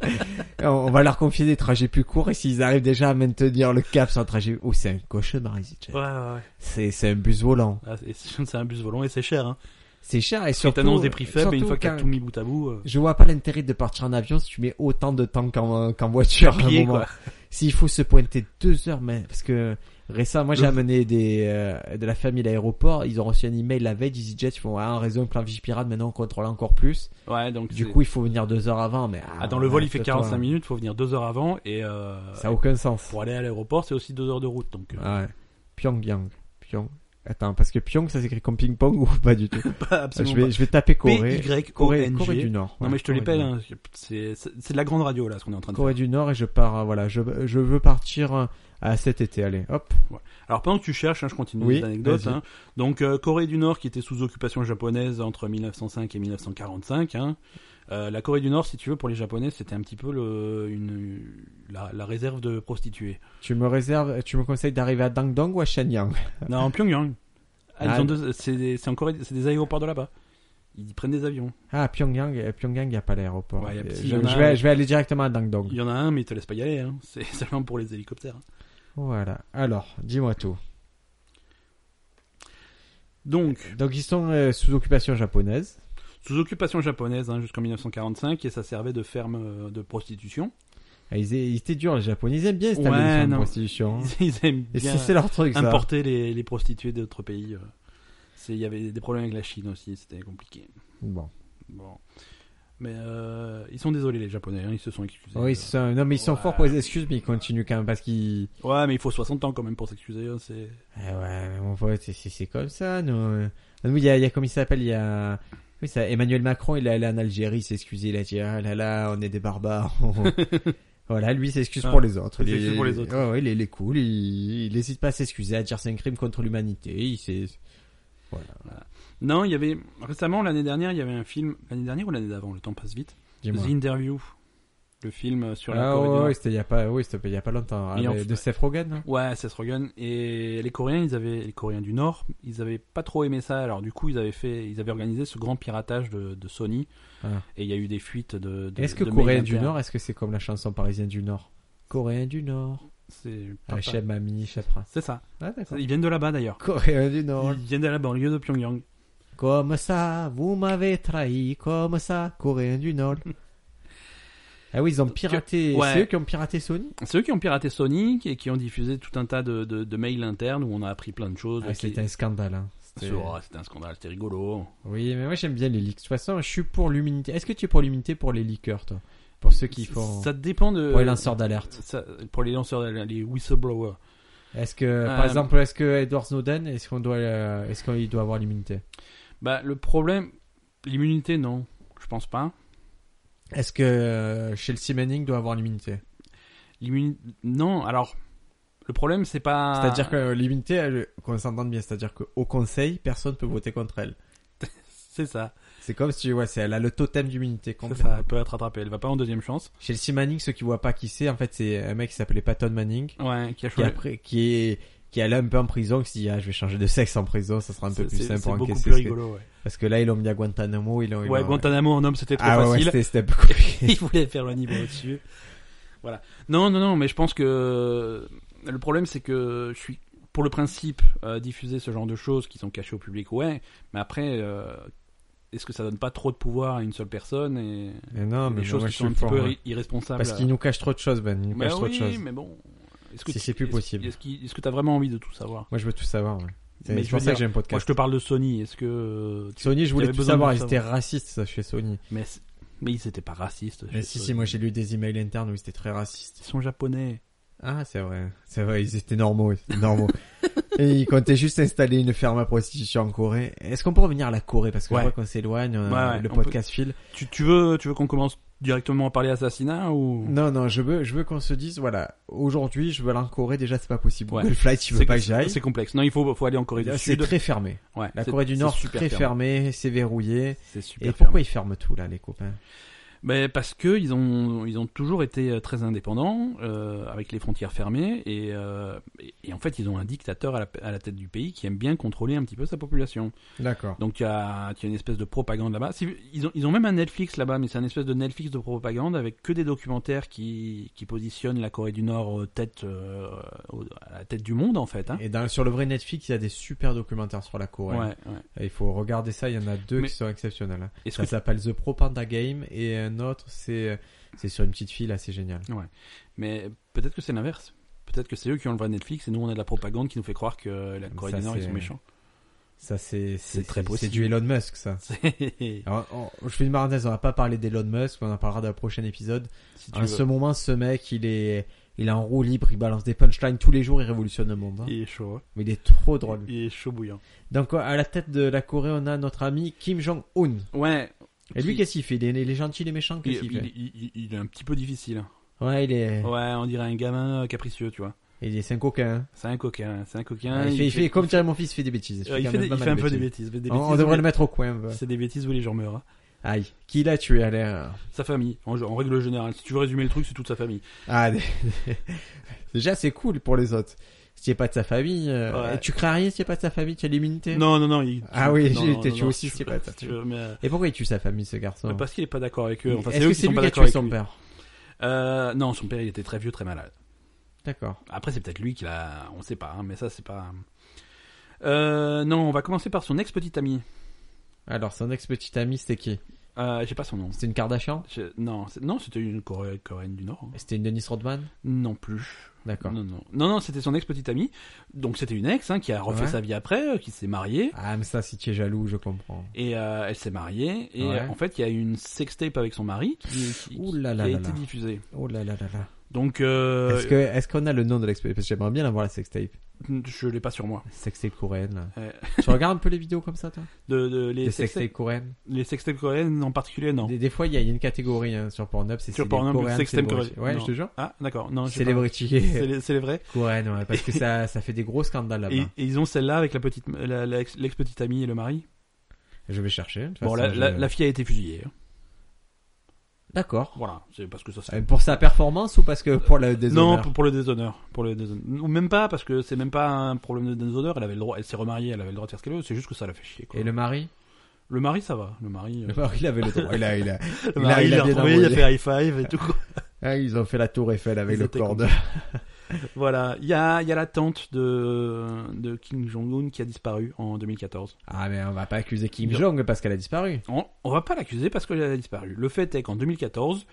Speaker 1: (laughs) on, on va leur confier des trajets plus courts et s'ils arrivent déjà à maintenir le cap sur le trajet... Oh, c'est un cauchemar, ils y jettent.
Speaker 2: Ouais, ouais, ouais.
Speaker 1: C'est c'est un bus volant.
Speaker 2: Ah, c'est- c'est un bus volant et c'est cher. Hein.
Speaker 1: C'est cher et
Speaker 2: Ils
Speaker 1: surtout...
Speaker 2: t'annoncent des prix faibles et une
Speaker 1: surtout
Speaker 2: fois que t'as
Speaker 1: quand-
Speaker 2: tout mis bout à bout, euh,
Speaker 1: Je vois pas l'intérêt de partir en avion si tu mets autant de temps qu'en qu'en voiture. à un
Speaker 2: pied,
Speaker 1: moment.
Speaker 2: quoi.
Speaker 1: S'il faut se pointer deux heures, mais parce que récemment, moi j'ai
Speaker 2: Le-
Speaker 1: amené des euh, de la famille à l'aéroport, ils ont reçu un email la veille d'EasyJet, ils font ah, en raison de plan Vigipirate, maintenant on contrôle encore plus.
Speaker 2: Ouais, donc
Speaker 1: Du
Speaker 2: c'est-
Speaker 1: coup, il faut venir deux heures avant, mais
Speaker 2: ah, dans le vol, il fait
Speaker 1: arrête-toi.
Speaker 2: 45 minutes, faut venir deux heures avant et euh,
Speaker 1: Ça a aucun sens. Ah
Speaker 2: pour aller à l'aéroport, c'est aussi deux heures de route. Donc, euh,
Speaker 1: Ouais. Pyongyang, Pyong. Attends, parce que Pyong, ça s'écrit comme ping pong ou pas du tout.
Speaker 2: (laughs) pas absolument
Speaker 1: je vais je vais taper
Speaker 2: pas.
Speaker 1: Corée, Corée, Corée du
Speaker 2: Nord.
Speaker 1: Nord.
Speaker 2: Non
Speaker 1: Ouais,
Speaker 2: mais je te
Speaker 1: Corée du
Speaker 2: l'appelle,
Speaker 1: Nord.
Speaker 2: hein, c'est c'est- c'est de la grande radio là ce qu'on est en train de faire.
Speaker 1: Corée du Nord et je pars euh, voilà, je je veux partir euh, à cet été, allez, hop.
Speaker 2: Alors pendant que tu cherches, hein, je continue
Speaker 1: Oui,
Speaker 2: les anecdotes.
Speaker 1: vas-y.
Speaker 2: hein. Donc euh, Corée du Nord qui était sous occupation japonaise entre 1905 et 1945. hein. Euh, la Corée du Nord, si tu veux, pour les Japonais, c'était un petit peu le, une, la, la réserve de prostituées.
Speaker 1: Tu me réserves, tu me conseilles d'arriver à Dangdong ou à Shenyang
Speaker 2: Non, en Pyongyang. Ah, ils
Speaker 1: Ah,
Speaker 2: ont deux- c'est des, c'est en Corée- c'est des aéroports de là-bas. Ils prennent des avions.
Speaker 1: Ah, Pyongyang, euh, Pyongyang, il n'y a pas l'aéroport.
Speaker 2: Ouais, y a-
Speaker 1: Euh,
Speaker 2: si,
Speaker 1: je,
Speaker 2: y en a
Speaker 1: je
Speaker 2: un.
Speaker 1: vais, je vais aller directement à Dangdong.
Speaker 2: Il y en a un, mais ils te laissent pas y aller. hein. (laughs) C'est seulement pour les hélicoptères.
Speaker 1: Voilà. Alors, dis-moi tout.
Speaker 2: Donc,
Speaker 1: Donc, ils sont euh, sous occupation japonaise.
Speaker 2: sous occupation japonaise hein, jusqu'en 1945, et ça servait de ferme euh, de prostitution.
Speaker 1: Ah, Ils, é- ils étaient durs, les japonais. Ils aiment bien installer
Speaker 2: Ouais,
Speaker 1: une ferme de
Speaker 2: non.
Speaker 1: prostitution. hein.
Speaker 2: Ils, (laughs) ils aiment
Speaker 1: Et
Speaker 2: bien.
Speaker 1: c'est c'est leur truc, ça.
Speaker 2: importer les, les prostituées d'autres pays. euh. C'est- Il y avait des problèmes avec la Chine aussi, c'était compliqué.
Speaker 1: Bon.
Speaker 2: Bon. Mais euh, ils sont désolés les Japonais, hein, ils se sont excusés.
Speaker 1: Oui, ils sont-
Speaker 2: Euh,
Speaker 1: non, mais ils sont
Speaker 2: Ouais.
Speaker 1: forts pour les excuses, mais ils continuent quand même parce qu'ils...
Speaker 2: Ouais, mais il faut 60 ans quand même pour s'excuser. hein, c'est-
Speaker 1: Eh ouais, mais mon pote, c'est- c'est c'est comme ça, nous. Nous, il y a, il y a comme il s'appelle, il y a... Oui, ça, Emmanuel Macron, il est allé en Algérie, il s'est excusé, il a dit, ah là là, on est des
Speaker 2: (laughs)
Speaker 1: barbares. voilà, lui, il s'excuse
Speaker 2: Ah,
Speaker 1: pour les autres.
Speaker 2: il
Speaker 1: est-
Speaker 2: s'excuse pour les autres.
Speaker 1: ouais, ouais, il, est, il est cool, il, il hésite pas à s'excuser, à dire c'est un crime contre l'humanité, il s'est... Voilà.
Speaker 2: Non, il y avait récemment l'année dernière, il y avait un film l'année dernière ou l'année d'avant, le temps passe vite.
Speaker 1: Dis-moi.
Speaker 2: The Interview. le film euh, sur la
Speaker 1: Ah
Speaker 2: Corée du
Speaker 1: ouais,
Speaker 2: Nord.
Speaker 1: ouais, c'était il y a pas, oui, c'était il y a pas longtemps.
Speaker 2: Et en
Speaker 1: Avec-
Speaker 2: fait-
Speaker 1: de Seth Rogen. hein.
Speaker 2: Ouais, Seth Rogen et les Coréens, ils avaient les Coréens du Nord, ils avaient pas trop aimé ça. Alors du coup, ils avaient fait, ils avaient organisé ce grand piratage de, de Sony
Speaker 1: Ah.
Speaker 2: et il y a eu des fuites de. de
Speaker 1: Est-ce que
Speaker 2: de
Speaker 1: Coréen
Speaker 2: mails
Speaker 1: du
Speaker 2: internes.
Speaker 1: Nord, est-ce que c'est comme la chanson parisienne du Nord Coréen du Nord.
Speaker 2: C'est pas-
Speaker 1: Ah,
Speaker 2: pas-
Speaker 1: Chef Mami, Chef Prince.
Speaker 2: c'est ça.
Speaker 1: Ah, d'accord.
Speaker 2: Ils viennent de là-bas d'ailleurs.
Speaker 1: Coréen du Nord.
Speaker 2: Ils viennent de la banlieue de Pyongyang.
Speaker 1: Comme ça, vous m'avez trahi, comme ça, Coréen du Nord. (laughs) ah oui, ils ont piraté.
Speaker 2: Ouais.
Speaker 1: C'est eux qui ont piraté Sony
Speaker 2: C'est eux qui ont piraté Sony et qui ont diffusé tout un tas de, de, de mails internes où on a appris plein de choses.
Speaker 1: ah,
Speaker 2: qui-
Speaker 1: C'était un scandale. hein. C'était-
Speaker 2: C'était oh, c'était un scandale, c'était rigolo.
Speaker 1: Oui, mais moi j'aime bien les leaks. De toute façon, je suis pour l'humilité. Est-ce que tu es pour l'humilité pour les leakers, toi Pour ceux qui font.
Speaker 2: Ça dépend de.
Speaker 1: Pour les lanceurs d'alerte.
Speaker 2: Ça- pour les lanceurs, d'alerte, les whistleblowers.
Speaker 1: Est-ce que, par
Speaker 2: Euh,
Speaker 1: exemple, est-ce que Edward Snowden, est-ce qu'on doit, euh, est-ce qu'il doit avoir l'immunité
Speaker 2: Bah, le problème, l'immunité, non, je pense pas.
Speaker 1: Est-ce que euh, Chelsea Manning doit avoir l'immunité
Speaker 2: L'immunité, non, alors, le problème, c'est pas.
Speaker 1: C'est-à-dire que euh, l'immunité, elle- qu'on s'entende bien, c'est-à-dire qu'au Conseil, personne peut voter contre elle.
Speaker 2: C'est ça.
Speaker 1: C'est comme si, ouais, c'est, elle a le totem d'immunité
Speaker 2: C'est
Speaker 1: contre
Speaker 2: ça, elle peut être attrapée. Elle va pas en deuxième chance.
Speaker 1: Chelsea Manning, ceux qui voient pas qui c'est, en fait, c'est un mec qui s'appelait Patton Manning,
Speaker 2: Ouais, qui a
Speaker 1: qui
Speaker 2: changé.
Speaker 1: après, qui est, qui est allé un peu en prison, qui se dit, ah, je vais changer de sexe en prison, ça sera un peu
Speaker 2: C'est-
Speaker 1: plus
Speaker 2: c'est-
Speaker 1: simple
Speaker 2: C'est
Speaker 1: pour
Speaker 2: beaucoup
Speaker 1: encaisser.
Speaker 2: plus
Speaker 1: ce que-
Speaker 2: rigolo, ouais.
Speaker 1: Parce que là, ils l'ont mis à Guantanamo, ils l'ont, ils
Speaker 2: Ouais,
Speaker 1: l'ont-
Speaker 2: Guantanamo en homme, c'était trop
Speaker 1: ah ouais, ouais,
Speaker 2: facile.
Speaker 1: c'était, c'était un peu compliqué.
Speaker 2: (laughs) Il voulait faire le niveau au-dessus. Voilà. Non, non, non, mais je pense que le problème, c'est que je suis pour le principe euh, diffuser ce genre de choses qui sont cachées au public, ouais. Mais après, euh, est-ce que ça donne pas trop de pouvoir à une seule personne et
Speaker 1: Mais non, Ah,
Speaker 2: des
Speaker 1: mais
Speaker 2: choses
Speaker 1: moi,
Speaker 2: qui
Speaker 1: je
Speaker 2: sont un
Speaker 1: suis
Speaker 2: petit
Speaker 1: fort.
Speaker 2: peu
Speaker 1: ouais.
Speaker 2: irri- irresponsables
Speaker 1: Parce qu'ils nous cachent trop de choses, Ben. Ils nous
Speaker 2: Bah
Speaker 1: cachent trop de
Speaker 2: oui,
Speaker 1: choses.
Speaker 2: mais bon, est-ce que
Speaker 1: C'est-
Speaker 2: tu-
Speaker 1: c'est plus
Speaker 2: est-ce-
Speaker 1: possible.
Speaker 2: Est-ce qu'il- est-ce que t'as vraiment envie de tout savoir
Speaker 1: Moi, je veux tout savoir. ouais. C'est
Speaker 2: Mais
Speaker 1: c'est
Speaker 2: je
Speaker 1: pour
Speaker 2: veux
Speaker 1: ça
Speaker 2: dire,
Speaker 1: que j'aime podcast.
Speaker 2: Moi, je te parle de Sony. Est-ce que tu-
Speaker 1: Sony, je voulais
Speaker 2: t'avais
Speaker 1: tout
Speaker 2: besoin de
Speaker 1: savoir.
Speaker 2: le
Speaker 1: Ils étaient racistes, ça, chez Sony.
Speaker 2: mais c'est- mais ils étaient pas racistes.
Speaker 1: Mais
Speaker 2: chez
Speaker 1: si,
Speaker 2: Sony.
Speaker 1: si, moi, j'ai lu des emails internes où ils étaient très racistes.
Speaker 2: Ils sont japonais.
Speaker 1: Ah, c'est vrai. C'est vrai, ils étaient normaux. ils étaient normaux. (laughs) Et ils comptaient juste installer une ferme à prostitution en Corée. Est-ce qu'on peut revenir à la Corée Parce que
Speaker 2: Ouais.
Speaker 1: je vois qu'on s'éloigne, on-
Speaker 2: Ouais, ouais,
Speaker 1: le
Speaker 2: on
Speaker 1: podcast file.
Speaker 2: Tu, tu veux, tu veux qu'on commence directement à parler assassinat ou
Speaker 1: Non, non, je veux, je veux qu'on se dise, voilà, aujourd'hui, je veux aller en Corée, déjà, c'est pas possible.
Speaker 2: Ouais.
Speaker 1: Google Flight, tu veux
Speaker 2: C'est-
Speaker 1: pas que j'aille.
Speaker 2: C'est complexe. Non, il faut, faut aller en Corée du
Speaker 1: C'est
Speaker 2: Sud.
Speaker 1: très fermé.
Speaker 2: Ouais,
Speaker 1: La
Speaker 2: c'est-
Speaker 1: Corée du
Speaker 2: c'est
Speaker 1: Nord, c'est
Speaker 2: super
Speaker 1: très fermé, c'est verrouillé.
Speaker 2: C'est super
Speaker 1: Et
Speaker 2: fermé.
Speaker 1: pourquoi ils ferment tout, là, les copains
Speaker 2: Ben, parce que ils ont, ils ont toujours été euh, très indépendants, euh, avec les frontières fermées, et, euh, et, et en fait, ils ont un dictateur à la, à la tête du pays qui aime bien contrôler un petit peu sa population.
Speaker 1: D'accord.
Speaker 2: Donc, tu as, tu as une espèce de propagande là-bas. Si- Ils ont, ils ont même un Netflix là-bas, mais c'est un espèce de Netflix de propagande avec que des documentaires qui, qui positionnent la Corée du Nord euh, tête, euh, au- à la tête du monde, en fait. Hein.
Speaker 1: Et dans- sur le vrai Netflix, il y a des super documentaires sur la Corée.
Speaker 2: ouais. ouais.
Speaker 1: Et Il faut regarder ça, il y en a deux
Speaker 2: Mais-
Speaker 1: qui sont exceptionnels. hein.
Speaker 2: Est-ce
Speaker 1: Ça
Speaker 2: que
Speaker 1: s'appelle The Propaganda Game et un autre, c'est c'est sur une petite fille, là, c'est génial.
Speaker 2: Mais peut-être que c'est l'inverse. Peut-être que c'est eux qui ont le vrai Netflix et nous on a de la propagande qui nous fait croire que la Corée
Speaker 1: Ça,
Speaker 2: du Nord ils
Speaker 1: c'est- (laughs)
Speaker 2: sont méchants.
Speaker 1: Ça, c'est c'est-
Speaker 2: C'est très
Speaker 1: c'est-
Speaker 2: possible.
Speaker 1: C'est du Elon Musk, ça.
Speaker 2: C'est-
Speaker 1: Alors, on- je fais une parenthèse, on va pas parler d'Elon Musk, mais on en parlera dans le prochain épisode.
Speaker 2: si tu
Speaker 1: En
Speaker 2: veux.
Speaker 1: ce moment, ce mec, il est, il est en roue libre, il balance des punchlines tous les jours, il révolutionne le monde. hein.
Speaker 2: Il est chaud. hein.
Speaker 1: Mais il est trop drôle.
Speaker 2: Il est chaud bouillant.
Speaker 1: Donc, à la tête de la Corée, on a notre ami Kim Jong-un.
Speaker 2: Ouais.
Speaker 1: Et lui,
Speaker 2: Qui-
Speaker 1: qu'est-ce qu'il fait il est, il est gentil, il est méchant,
Speaker 2: il,
Speaker 1: qu'est-ce qu'il
Speaker 2: il-
Speaker 1: fait
Speaker 2: il- il- il est un petit peu difficile. hein.
Speaker 1: Ouais, il est,
Speaker 2: Ouais, on dirait un gamin euh, capricieux, tu vois.
Speaker 1: il est, c'est un coquin. hein.
Speaker 2: C'est un coquin, c'est un coquin.
Speaker 1: Ouais, il, fait, il fait- comme Thierry mon fils fait des bêtises.
Speaker 2: euh, il
Speaker 1: quand
Speaker 2: fait
Speaker 1: même
Speaker 2: des-
Speaker 1: pas
Speaker 2: il
Speaker 1: mal
Speaker 2: fait un
Speaker 1: de
Speaker 2: peu des
Speaker 1: bêtises.
Speaker 2: bêtises. mais des
Speaker 1: On-
Speaker 2: bêtises
Speaker 1: on devrait
Speaker 2: où
Speaker 1: le
Speaker 2: les-
Speaker 1: mettre au coin. bah.
Speaker 2: C'est des bêtises où les gens meurent. hein.
Speaker 1: Aïe. Qui l'a tué à l'air
Speaker 2: Sa famille, en, en règle générale. Si tu veux résumer le truc, c'est toute sa famille.
Speaker 1: Ah, des- (laughs) déjà c'est cool pour les autres. Si t'es pas de sa famille, euh,
Speaker 2: Ouais.
Speaker 1: et tu crains rien si t'es pas de sa famille, tu as l'immunité.
Speaker 2: Non, non, non. il-
Speaker 1: Ah oui,
Speaker 2: non,
Speaker 1: j'ai
Speaker 2: non,
Speaker 1: été
Speaker 2: non,
Speaker 1: tué
Speaker 2: non,
Speaker 1: aussi,
Speaker 2: tu-
Speaker 1: c'est pas ça.
Speaker 2: tu veux, mais, euh,
Speaker 1: Et pourquoi il tue sa famille, ce garçon
Speaker 2: Parce qu'il est pas d'accord avec eux. Enfin, c'est
Speaker 1: Est-ce
Speaker 2: eux
Speaker 1: que
Speaker 2: qui
Speaker 1: c'est
Speaker 2: sont
Speaker 1: lui
Speaker 2: pas
Speaker 1: qui a
Speaker 2: d'accord
Speaker 1: tué
Speaker 2: avec
Speaker 1: son
Speaker 2: lui.
Speaker 1: père
Speaker 2: Euh, non, son père, il était très vieux, très malade.
Speaker 1: D'accord.
Speaker 2: Après, c'est peut-être lui qui l'a. On sait pas, hein, mais ça, c'est pas. Euh, non, on va commencer par son ex-petite amie.
Speaker 1: Alors son ex-petite amie, c'était qui
Speaker 2: Euh, J'ai pas son nom.
Speaker 1: C'était une Kardashian
Speaker 2: Je- Non, c'est- non, c'était une Coré- coréenne du Nord. hein.
Speaker 1: C'était une Denise Rodman
Speaker 2: Non plus.
Speaker 1: D'accord.
Speaker 2: Non, non, non, non, c'était son ex-petite amie. Donc c'était une ex hein, qui a refait
Speaker 1: Ouais.
Speaker 2: sa vie après, euh, qui s'est mariée.
Speaker 1: Ah, mais ça, si tu es jaloux, je comprends.
Speaker 2: Et euh, elle s'est mariée. Et
Speaker 1: Ouais.
Speaker 2: euh, en fait, il y a eu une sextape avec son mari qui, qui-
Speaker 1: Ouh là
Speaker 2: qui
Speaker 1: là là
Speaker 2: a été
Speaker 1: là.
Speaker 2: diffusée.
Speaker 1: Oh là là là là.
Speaker 2: Donc euh,
Speaker 1: Est-ce que est-ce qu'on a le nom de l'expert Parce que j'aimerais bien avoir la sextape.
Speaker 2: je l'ai pas sur moi.
Speaker 1: Sextape coréenne. là.
Speaker 2: Euh,
Speaker 1: tu regardes un peu les vidéos comme ça, toi
Speaker 2: de, de- les
Speaker 1: Des
Speaker 2: sextapes
Speaker 1: sextapes coréennes.
Speaker 2: les sextapes coréennes en particulier, non.
Speaker 1: Des, des fois, il y, a il y a une catégorie hein, sur Pornhub, c'est
Speaker 2: Sur
Speaker 1: c'est
Speaker 2: Pornhub,
Speaker 1: les coréennes,
Speaker 2: sextape
Speaker 1: celebrity.
Speaker 2: coréenne.
Speaker 1: Ouais,
Speaker 2: Non.
Speaker 1: je te jure.
Speaker 2: Ah, d'accord. Non, je sais pas. (laughs) C'est
Speaker 1: Celebrity
Speaker 2: les- c'est les vrais.
Speaker 1: coréenne, ouais, parce que ça, ça fait des gros scandales
Speaker 2: Et,
Speaker 1: là-bas.
Speaker 2: et ils ont celle-là avec la petite, la- la ex- l'ex-petite amie et le mari.
Speaker 1: Je vais chercher. de toute
Speaker 2: Bon,
Speaker 1: façon,
Speaker 2: la,
Speaker 1: je-
Speaker 2: la- la fille a été fusillée. hein.
Speaker 1: D'accord.
Speaker 2: Voilà, c'est parce que ça
Speaker 1: Euh,
Speaker 2: c'est...
Speaker 1: Pour sa performance ou parce que pour le Ah, déshonneur
Speaker 2: Non, pour, pour le déshonneur, pour le déshonneur. Ou même pas, parce que c'est même pas un problème de déshonneur. Elle avait le droit, elle s'est remariée, elle avait le droit de faire ce qu'elle veut. C'est juste que ça l'a fait chier. Quoi.
Speaker 1: Et le mari
Speaker 2: Le mari, ça va. Le mari, euh,
Speaker 1: Le mari, il avait le droit. Il a, il a-
Speaker 2: (laughs) le
Speaker 1: il a-
Speaker 2: mari,
Speaker 1: il a
Speaker 2: il l'a
Speaker 1: bien
Speaker 2: retrouvé, il a
Speaker 1: envoyé.
Speaker 2: fait high five et tout. quoi.
Speaker 1: Ah, ils ont fait la tour Eiffel avec
Speaker 2: Ils
Speaker 1: le
Speaker 2: étaient
Speaker 1: corde.
Speaker 2: voilà. Il y a, il y a la tante de, de Kim Jong-un qui a disparu en 2014.
Speaker 1: Ah, mais on va pas accuser Kim
Speaker 2: Non.
Speaker 1: Jong parce qu'elle a disparu.
Speaker 2: On, on va pas l'accuser parce qu'elle a disparu. Le fait est qu'en 2014,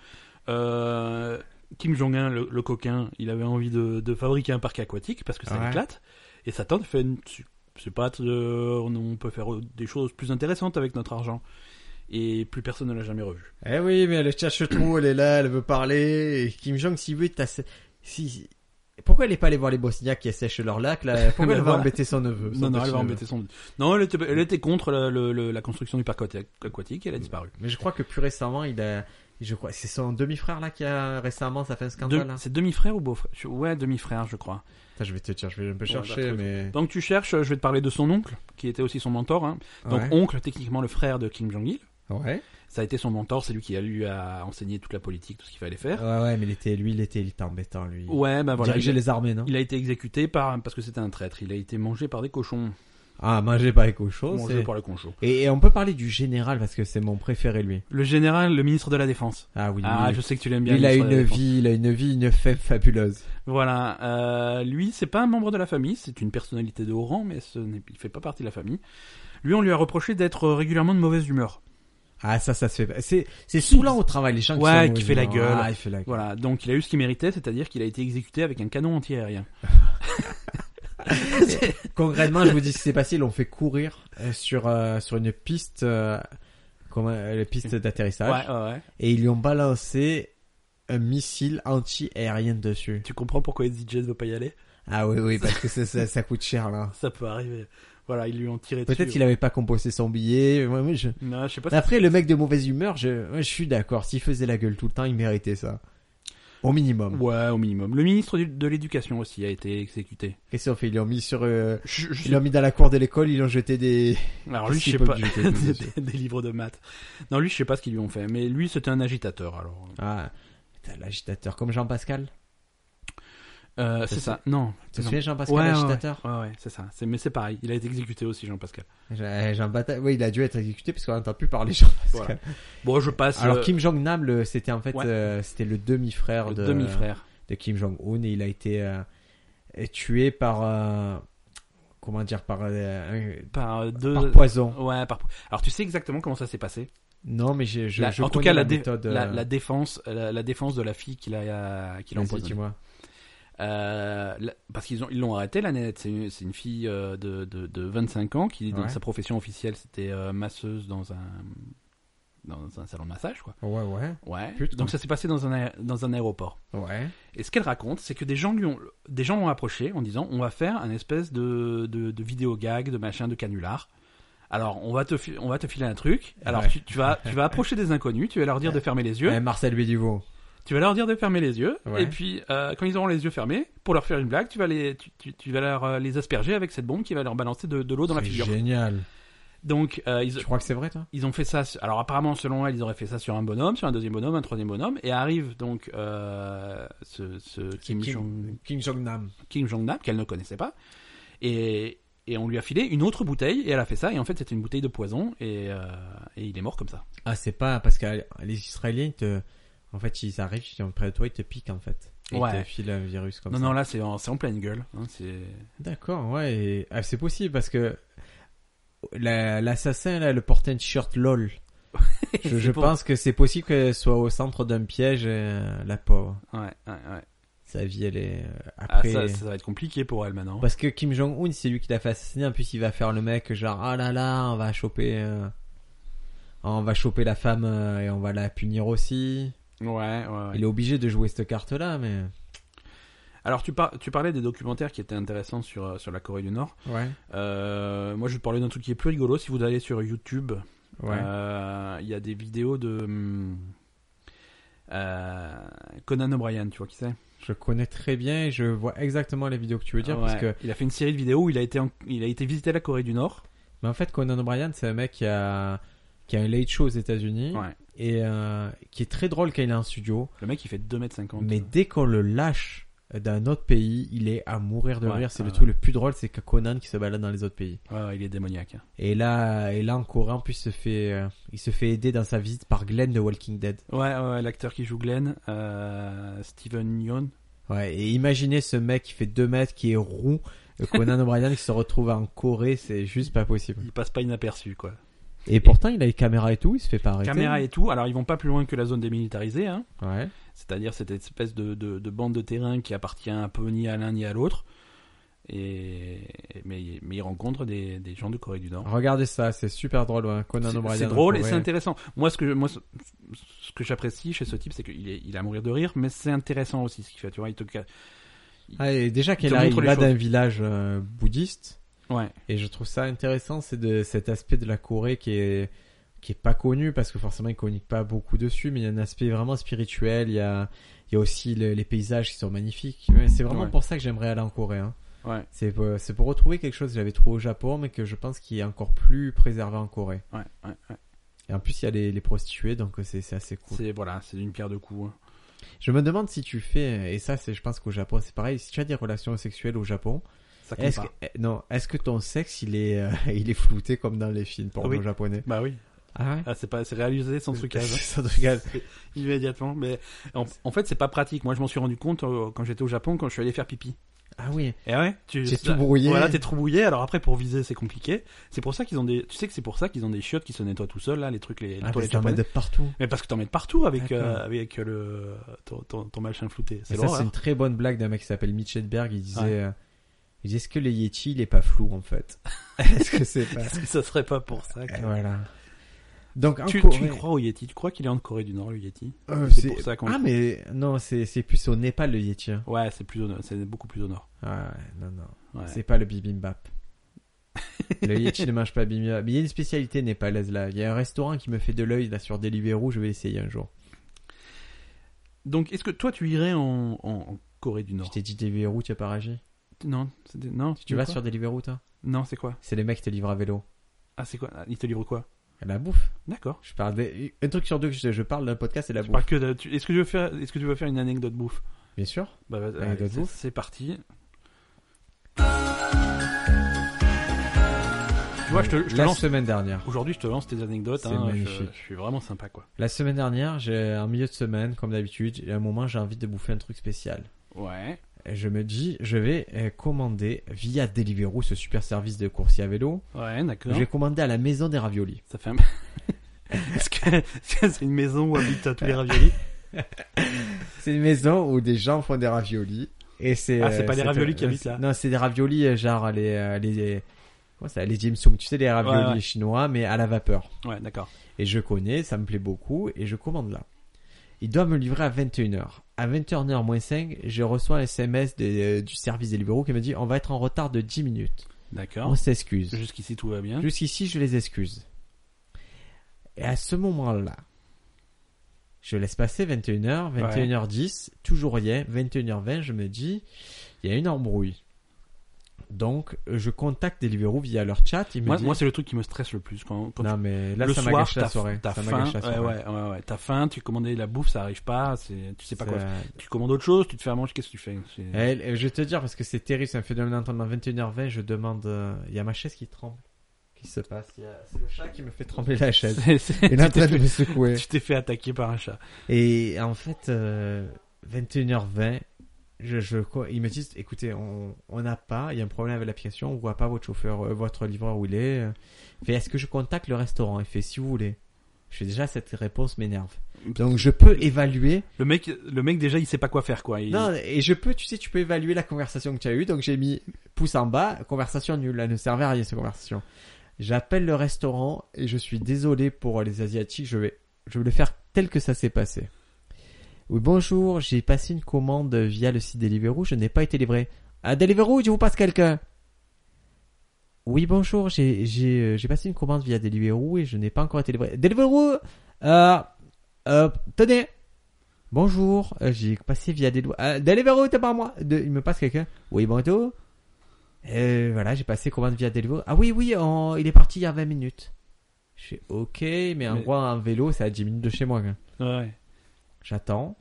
Speaker 2: euh, Kim Jong-un, le, le coquin, il avait envie de, de fabriquer un parc aquatique parce que ça
Speaker 1: Ouais.
Speaker 2: éclate. Et sa tante fait, une- c'est pas, euh, on peut faire des choses plus intéressantes avec notre argent. Et plus personne ne l'a jamais revu.
Speaker 1: Eh oui, mais elle cherche trop, elle est là, elle veut parler. Et Kim Jong, si oui, t'as... ce- Si... si- Pourquoi elle est pas allée voir les Bosniaques qui assèchent leur lac là Pourquoi
Speaker 2: (laughs) Ben
Speaker 1: elle va
Speaker 2: voilà.
Speaker 1: embêter son neveu son
Speaker 2: Non, non,
Speaker 1: petit
Speaker 2: elle
Speaker 1: neveu
Speaker 2: va embêter son. Non, elle était, elle était contre la, le- le- la construction du parc aqua- aquatique et elle a disparu.
Speaker 1: Mais je crois que plus récemment, il a... Je crois... C'est son demi-frère là qui a récemment, ça fait un
Speaker 2: Deux-
Speaker 1: scandale. là.
Speaker 2: C'est demi-frère ou beau-frère Je- Ouais, demi-frère, je crois.
Speaker 1: Putain, je vais te dire, je vais un peu
Speaker 2: Ouais,
Speaker 1: chercher,
Speaker 2: bah,
Speaker 1: mais...
Speaker 2: Pendant que tu cherches, je vais te parler de son oncle, qui était aussi son mentor. hein. Donc,
Speaker 1: Ouais.
Speaker 2: oncle, techniquement le frère de Kim Jong-il.
Speaker 1: Ouais.
Speaker 2: Ça a été son mentor, c'est lui qui a lui a enseigné toute la politique, tout ce qu'il fallait faire.
Speaker 1: Ouais, ouais, mais il était, lui, il était, il était embêtant, lui.
Speaker 2: Ouais, ben voilà.
Speaker 1: Diriger
Speaker 2: Il,
Speaker 1: les armées, non
Speaker 2: il a été exécuté par, parce que c'était un traître. Il a été mangé par des cochons.
Speaker 1: Ah, mangez pas les cochons,
Speaker 2: mangé
Speaker 1: c'est...
Speaker 2: par les cochons.
Speaker 1: Et, et on peut parler du général, parce que c'est mon préféré, lui.
Speaker 2: Le général, le ministre de la Défense.
Speaker 1: Ah oui,
Speaker 2: Ah,
Speaker 1: lui,
Speaker 2: je sais que tu l'aimes bien.
Speaker 1: lui, il
Speaker 2: le
Speaker 1: a
Speaker 2: ministre de la
Speaker 1: une
Speaker 2: Défense.
Speaker 1: vie, il a une vie, une femme fabuleuse.
Speaker 2: Voilà. Euh, lui, c'est pas un membre de la famille, c'est une personnalité de haut rang, mais ce n'est- il fait pas partie de la famille. Lui, on lui a reproché d'être régulièrement de mauvaise humeur.
Speaker 1: Ah, ça, ça se fait. C'est, c'est saoulant au travail, les gens qui
Speaker 2: Ouais,
Speaker 1: sont
Speaker 2: qui fait la
Speaker 1: originaires.
Speaker 2: gueule.
Speaker 1: Ah, il fait la gueule.
Speaker 2: Voilà, donc il a eu ce qu'il méritait, c'est-à-dire qu'il a été exécuté avec un canon antiaérien.
Speaker 1: Concrètement, je vous dis ce qui s'est passé. Ils l'ont fait courir euh, sur, euh, sur une piste, euh, comme, euh, la piste
Speaker 2: Ouais,
Speaker 1: d'atterrissage.
Speaker 2: ouais, ouais.
Speaker 1: Et ils lui ont balancé un missile anti-aérien dessus.
Speaker 2: Tu comprends pourquoi EasyJet veut pas y aller
Speaker 1: Ah oui, oui, parce que ça, ça, ça coûte cher, là.
Speaker 2: Ça peut arriver. Voilà, ils lui ont tiré
Speaker 1: Peut-être
Speaker 2: dessus.
Speaker 1: qu'il avait pas composé son billet. Ouais, ouais, je-
Speaker 2: Non, je sais pas. si-
Speaker 1: Après, le mec de mauvaise humeur, je, ouais, je suis d'accord. S'il faisait la gueule tout le temps, il méritait ça. Au minimum.
Speaker 2: Ouais, au minimum. Le ministre du- de l'Éducation aussi a été exécuté.
Speaker 1: Qu'est-ce qu'ils ont fait Ils l'ont mis sur, euh,
Speaker 2: Je- je
Speaker 1: ils l'ont mis dans la cour de l'école, ils l'ont jeté des.
Speaker 2: Alors
Speaker 1: Qu'est-ce
Speaker 2: lui, je
Speaker 1: qu'ils
Speaker 2: sais
Speaker 1: peuvent
Speaker 2: pas.
Speaker 1: jeter, nous,
Speaker 2: des,
Speaker 1: monsieur
Speaker 2: (laughs) des- des livres de maths. Non, lui, je sais pas ce qu'ils lui ont fait. Mais lui, c'était un agitateur, alors.
Speaker 1: Ah, putain, l'agitateur, comme Jean-Pascal.
Speaker 2: Euh, c'est
Speaker 1: c'est-
Speaker 2: ça. Non.
Speaker 1: Tu te
Speaker 2: non.
Speaker 1: souviens Jean-Pascal,
Speaker 2: Ouais, ouais,
Speaker 1: l'agitateur
Speaker 2: Ouais, ouais, c'est ça. C'est- Mais c'est pareil. Il a été exécuté aussi, Jean-Pascal.
Speaker 1: Jean- Jean-Pascal, oui, il a dû être exécuté parce qu'on n'entend plus parler (laughs) Jean-Pascal.
Speaker 2: Voilà. Bon, je passe.
Speaker 1: Alors
Speaker 2: euh,
Speaker 1: Kim Jong-nam, le- c'était en fait,
Speaker 2: Ouais.
Speaker 1: euh, c'était le demi-frère
Speaker 2: le
Speaker 1: de,
Speaker 2: demi-frère.
Speaker 1: de Kim Jong-un et il a été euh, tué par, euh, comment dire, par, euh, un-
Speaker 2: Par euh, deux.
Speaker 1: par poison.
Speaker 2: Ouais, par. Alors, tu sais exactement comment ça s'est passé
Speaker 1: Non, mais je, je,
Speaker 2: La-
Speaker 1: je
Speaker 2: En tout
Speaker 1: connais
Speaker 2: cas, la,
Speaker 1: la,
Speaker 2: dé-
Speaker 1: méthode.
Speaker 2: la,
Speaker 1: euh,
Speaker 2: la défense, la, la défense de la fille qu'il a, qu'il a
Speaker 1: vas-y,
Speaker 2: empoisonnée.
Speaker 1: dis-moi.
Speaker 2: Euh, la- parce qu'ils ont, ils l'ont arrêté, la nanette. C'est une, c'est une fille euh, de, de, de 25 ans qui, donc
Speaker 1: Ouais.
Speaker 2: sa profession officielle, c'était euh, masseuse dans un dans un salon de massage, quoi.
Speaker 1: Ouais, ouais,
Speaker 2: Ouais.
Speaker 1: Putain.
Speaker 2: Donc ça s'est passé dans un aé- dans un aéroport.
Speaker 1: ouais.
Speaker 2: Et ce qu'elle raconte, c'est que des gens lui ont des gens l'ont approché en disant on va faire un espèce de de, de vidéo gag, de machin, de canular. Alors on va te fi- on va te filer un truc. Alors
Speaker 1: Ouais.
Speaker 2: tu, tu vas tu vas approcher des inconnus, tu vas leur dire de fermer les yeux.
Speaker 1: Eh, Marcel Bédivaux.
Speaker 2: Tu vas leur dire de fermer les yeux,
Speaker 1: Ouais.
Speaker 2: et puis euh, quand ils auront les yeux fermés, pour leur faire une blague, tu vas les, tu, tu- tu vas leur, euh, les asperger avec cette bombe qui va leur balancer de, de l'eau dans la
Speaker 1: C'est
Speaker 2: figure.
Speaker 1: Génial.
Speaker 2: Donc euh,
Speaker 1: Tu
Speaker 2: ils,
Speaker 1: crois que c'est vrai, toi
Speaker 2: ils ont fait ça. sur- Alors apparemment, selon elle, ils auraient fait ça sur un bonhomme, sur un deuxième bonhomme, un troisième bonhomme, et arrive donc euh, ce, ce Kim,
Speaker 1: Kim-
Speaker 2: Jong
Speaker 1: Kim Jong-nam.
Speaker 2: Kim Jong Nam qu'elle ne connaissait pas, et, et on lui a filé une autre bouteille, et elle a fait ça, et en fait c'était une bouteille de poison, et, euh, et il est mort comme ça.
Speaker 1: Ah, c'est pas parce que les Israéliens, ils te... en fait, ils arrivent, ils sont près de toi, ils te piquent en fait. Et
Speaker 2: Ouais.
Speaker 1: Ils te filent un virus comme
Speaker 2: non,
Speaker 1: ça.
Speaker 2: non, là c'est en, c'est en pleine gueule. hein, c'est
Speaker 1: D'accord, ouais. et- Ah, c'est possible parce que la- l'assassin, là, le portait un t-shirt
Speaker 2: (laughs)
Speaker 1: LOL. Je,
Speaker 2: C'est
Speaker 1: je
Speaker 2: pour-
Speaker 1: pense que c'est possible qu'elle soit au centre d'un piège, euh, la pauvre.
Speaker 2: Ouais, ouais, ouais.
Speaker 1: Sa vie, elle est euh,
Speaker 2: Ah,
Speaker 1: après.
Speaker 2: ça, ça va être compliqué pour elle maintenant.
Speaker 1: Parce que Kim Jong-un, c'est lui qui l'a fait assassiner. En plus, il va faire le mec genre, ah là là, on va choper, euh, on va choper la femme euh, et on va la punir aussi.
Speaker 2: Ouais, ouais, ouais.
Speaker 1: Il est obligé de jouer cette carte-là, mais.
Speaker 2: Alors tu, par- tu parlais des documentaires qui étaient intéressants sur, euh, sur la Corée du Nord.
Speaker 1: Ouais.
Speaker 2: Euh, moi je vais te parler d'un truc qui est plus rigolo. Si vous allez sur YouTube, euh, il
Speaker 1: Ouais.
Speaker 2: y a des vidéos de hum, euh, Conan O'Brien, tu vois qui c'est
Speaker 1: Je connais très bien et je vois exactement les vidéos que tu veux dire
Speaker 2: Ouais.
Speaker 1: parce que.
Speaker 2: Il a fait une série de vidéos où il a été, en- il a été visiter la Corée du Nord.
Speaker 1: Mais en fait, Conan O'Brien, c'est un mec qui a qui a un late show aux États-Unis
Speaker 2: Ouais.
Speaker 1: et euh, qui est très drôle quand il est en studio.
Speaker 2: Le mec, il fait 2m50.
Speaker 1: Mais dès qu'on le lâche d'un autre pays, il est à mourir de
Speaker 2: Ouais,
Speaker 1: rire. C'est le
Speaker 2: ouais.
Speaker 1: truc le plus drôle, c'est que Conan qui se balade dans les autres pays.
Speaker 2: Ouais, ouais, il est démoniaque. hein.
Speaker 1: Et là, et là en Corée, en plus, il se fait, euh, il se fait aider dans sa visite par Glenn de Walking Dead.
Speaker 2: Ouais, ouais, ouais, l'acteur qui joue Glenn, euh, Steven Yeun.
Speaker 1: Ouais, et imaginez ce mec qui fait 2 mètres, qui est roux, euh,
Speaker 2: (laughs)
Speaker 1: Conan O'Brien qui se retrouve en Corée, c'est juste pas possible.
Speaker 2: il passe pas inaperçu, quoi.
Speaker 1: Et pourtant, il a les caméras et tout, il se fait pas arrêter.
Speaker 2: Caméra et tout, alors ils vont pas plus loin que la zone démilitarisée, hein.
Speaker 1: Ouais.
Speaker 2: c'est-à-dire cette espèce de, de, de bande de terrain qui appartient un peu ni à l'un ni à l'autre. Et, mais, mais ils rencontrent des, des gens de Corée du Nord.
Speaker 1: Regardez ça, c'est super drôle, ouais, Conan
Speaker 2: C'est-
Speaker 1: O'Brien.
Speaker 2: C'est
Speaker 1: en
Speaker 2: drôle et
Speaker 1: Corée.
Speaker 2: c'est intéressant. Moi, ce que, moi, ce, ce que j'apprécie chez ce type, c'est qu'il est, il est à mourir de rire, mais c'est intéressant aussi ce qu'il fait. Tu vois, il te ca-
Speaker 1: Ah, et déjà
Speaker 2: te
Speaker 1: qu'il arrive
Speaker 2: montre les
Speaker 1: là
Speaker 2: choses.
Speaker 1: d'un village euh, bouddhiste,
Speaker 2: Ouais,
Speaker 1: et je trouve ça intéressant, c'est de cet aspect de la Corée qui est qui est pas connu parce que forcément ils communiquent pas beaucoup dessus, mais il y a un aspect vraiment spirituel. Il y a il y a aussi le- les paysages qui sont magnifiques. Ouais, C'est vraiment
Speaker 2: Ouais.
Speaker 1: pour ça que j'aimerais aller en Corée. Hein.
Speaker 2: ouais,
Speaker 1: C'est pour, c'est pour retrouver quelque chose que j'avais trouvé au Japon, mais que je pense qui est encore plus préservé en Corée.
Speaker 2: ouais, ouais. ouais.
Speaker 1: Et en plus, il y a les, les prostituées, donc euh, c'est c'est assez cool.
Speaker 2: C'est voilà, c'est une pierre de coups. hein.
Speaker 1: Je me demande si tu fais, et ça, c'est, je pense qu'au Japon, c'est pareil, si tu as des relations sexuelles au Japon,
Speaker 2: Ça compte
Speaker 1: est-ce
Speaker 2: pas.
Speaker 1: que, eh, non, est-ce que ton sexe, il est, euh, (laughs) il est flouté comme dans les films porno
Speaker 2: Oui.
Speaker 1: japonais
Speaker 2: Bah oui.
Speaker 1: Ah
Speaker 2: (laughs)
Speaker 1: ouais
Speaker 2: Ah, c'est pas, c'est réalisé sans trucage.
Speaker 1: (laughs)
Speaker 2: hein.
Speaker 1: Sans trucage.
Speaker 2: C'est Immédiatement, mais en, en fait c'est pas pratique. Moi je m'en suis rendu compte euh, quand j'étais au Japon, quand je suis allé faire pipi.
Speaker 1: Ah oui.
Speaker 2: Et ouais, tu
Speaker 1: T'es
Speaker 2: ça-
Speaker 1: tout brouillé.
Speaker 2: Voilà, t'es trop brouillé. Alors après pour viser c'est compliqué. C'est pour ça qu'ils ont des, tu sais que c'est pour ça qu'ils ont des chiottes qui se nettoient tout seuls là, les trucs les, les
Speaker 1: Ah, mais
Speaker 2: toilettes
Speaker 1: ça en met
Speaker 2: japonaises.
Speaker 1: de partout.
Speaker 2: Mais parce que t'en mets partout avec euh,
Speaker 1: D'accord.
Speaker 2: avec le ton, ton, ton machin flouté.
Speaker 1: Et
Speaker 2: C'est hein.
Speaker 1: ça,
Speaker 2: l'horreur.
Speaker 1: c'est une très bonne blague d'un mec qui s'appelle Mitchenberg. Il disait,
Speaker 2: Ouais.
Speaker 1: euh, il disait, est-ce que le Yeti, il est pas flou, en
Speaker 2: (laughs)
Speaker 1: fait? est-ce que c'est pas,
Speaker 2: Est-ce que ça serait pas pour ça que...
Speaker 1: Et (laughs) voilà. Donc, Euh, en
Speaker 2: tu,
Speaker 1: Corée-
Speaker 2: tu crois au Yeti Tu crois qu'il est en Corée du Nord le Yeti
Speaker 1: Euh,
Speaker 2: C'est
Speaker 1: c'est-
Speaker 2: pour ça qu'on.
Speaker 1: Ah, mais non, c'est c'est plus au Népal le Yeti. hein.
Speaker 2: Ouais, c'est plus au nord- c'est beaucoup plus au nord.
Speaker 1: Ah, ouais, non, non.
Speaker 2: Ouais.
Speaker 1: C'est pas le
Speaker 2: (laughs)
Speaker 1: bibimbap. le Yeti ne mange pas bibimbap. Mais il y a une spécialité népalaise là. Il y a un restaurant qui me fait de l'œil là sur Deliveroo. Je vais essayer un jour.
Speaker 2: Donc est-ce que toi tu irais en, en, en Corée du
Speaker 1: Je
Speaker 2: Nord
Speaker 1: t'ai dit Deliveroo, tu as pas réagi.
Speaker 2: Non, c'est des- non.
Speaker 1: Tu
Speaker 2: c'est
Speaker 1: vas
Speaker 2: quoi
Speaker 1: sur Deliveroo, toi
Speaker 2: Non, c'est quoi
Speaker 1: C'est les mecs qui te livrent à vélo.
Speaker 2: Ah, c'est quoi Ah, Ils te livrent quoi
Speaker 1: À La bouffe.
Speaker 2: D'accord.
Speaker 1: Je parle des- un truc sur deux que je, je parle dans le podcast, c'est la
Speaker 2: Tu
Speaker 1: bouffe.
Speaker 2: parles que de- tu- Est-ce que tu veux faire Est-ce que tu veux faire une anecdote bouffe
Speaker 1: Bien sûr.
Speaker 2: Bah, vas-y,
Speaker 1: Anecdote
Speaker 2: allez, c'est-
Speaker 1: bouffe.
Speaker 2: c'est parti. Tu vois, je te, je te
Speaker 1: la
Speaker 2: lance.
Speaker 1: semaine dernière.
Speaker 2: Aujourd'hui, je te lance tes anecdotes.
Speaker 1: C'est
Speaker 2: hein, je-
Speaker 1: magnifique.
Speaker 2: Je, suis vraiment sympa, quoi.
Speaker 1: La semaine dernière, j'ai un milieu de semaine, comme d'habitude, et à un moment, j'ai envie de bouffer un truc spécial.
Speaker 2: Ouais.
Speaker 1: Et je me dis, je vais euh, commander via Deliveroo, ce super service de coursier à vélo.
Speaker 2: Ouais, d'accord.
Speaker 1: Je vais commander à la maison des raviolis.
Speaker 2: Ça fait un. (laughs) Est-ce que c'est une maison où habitent tous les
Speaker 1: Euh.
Speaker 2: raviolis
Speaker 1: C'est une maison où des gens font des raviolis. Et c'est.
Speaker 2: Ah, c'est pas
Speaker 1: euh,
Speaker 2: les raviolis qui
Speaker 1: euh,
Speaker 2: habitent là.
Speaker 1: Non, c'est des raviolis euh, genre les euh, les comment ça, les dimsum. Tu sais les raviolis
Speaker 2: Ouais, ouais.
Speaker 1: chinois, mais à la vapeur.
Speaker 2: Ouais, d'accord.
Speaker 1: Et je connais, ça me plaît beaucoup, et je commande là. Il doit me livrer à 21h. À 21h moins 5, je reçois un SMS de- euh, du service Deliveroo qui me dit on va être en retard de 10 minutes.
Speaker 2: D'accord.
Speaker 1: On s'excuse.
Speaker 2: Jusqu'ici, tout va bien.
Speaker 1: Jusqu'ici, je les excuse. Et à ce moment-là, je laisse passer 21h, 21h10, toujours rien. 21h20, je me dis, il y a une embrouille. Donc, je contacte Deliveroo via leur chat. Ils me
Speaker 2: Moi,
Speaker 1: disent,
Speaker 2: moi, c'est le truc qui me stresse le plus quand, quand tu
Speaker 1: non, mais là,
Speaker 2: le
Speaker 1: ça m'a
Speaker 2: soir,
Speaker 1: gâché la
Speaker 2: t'as
Speaker 1: soirée.
Speaker 2: t'as
Speaker 1: Ça m'a
Speaker 2: faim,
Speaker 1: gâché la soirée.
Speaker 2: ouais, ouais, ouais, ouais. t'as faim, tu commandais la bouffe, ça arrive pas, c'est, tu sais pas quoi.
Speaker 1: C'est-
Speaker 2: faire. Tu commandes autre chose, tu te fais à manger, qu'est-ce que tu fais C'est-
Speaker 1: Elle, euh, je vais te dire, parce que c'est terrible, c'est un phénomène d'entendre. À 21h20, je demande. euh, Il y a ma chaise qui tremble. Qu'est-ce qui se passe Il y a- C'est le chat qui me fait trembler la (laughs) chaise.
Speaker 2: C'est- c'est-
Speaker 1: Et là, en
Speaker 2: tu t'es
Speaker 1: train de
Speaker 2: fait-
Speaker 1: me secouer.
Speaker 2: (laughs) tu t'es fait attaquer par un chat.
Speaker 1: Et en fait, euh, 21h20, je, je, quoi, ils me disent, écoutez, on on n'a pas, il y a un problème avec l'application, on voit pas votre chauffeur, euh, votre livreur où il est. Euh, Fait, est-ce que je contacte le restaurant Il fait, si vous voulez. Je fais déjà, cette réponse m'énerve. Donc je peux évaluer.
Speaker 2: Le mec, le mec déjà, il sait pas quoi faire, quoi. Il-
Speaker 1: Non, et je peux, tu sais, tu peux évaluer la conversation que tu as eue. Donc j'ai mis pouce en bas, conversation nulle, elle ne servait à rien cette conversation. J'appelle le restaurant et je suis désolé pour les Asiatiques, je vais, je vais le faire tel que ça s'est passé. Oui, bonjour, j'ai passé une commande via le site Deliveroo, je n'ai pas été livré. À Deliveroo, je vous passe quelqu'un. Oui, bonjour, j'ai, j'ai, euh, j'ai passé une commande via Deliveroo et je n'ai pas encore été livré. Deliveroo, euh, euh, tenez. Bonjour, euh, j'ai passé via des doigts. Euh, Deliveroo, t'es par moi. De- il me passe quelqu'un. Oui, bonjour. Euh, voilà, j'ai passé commande via Deliveroo. Ah oui, oui, on- il est parti il y a 20 minutes. Je fais ok, mais un
Speaker 2: Mais-
Speaker 1: droit à un vélo, c'est à 10 minutes de chez moi. quoi.
Speaker 2: Ouais.
Speaker 1: J'attends.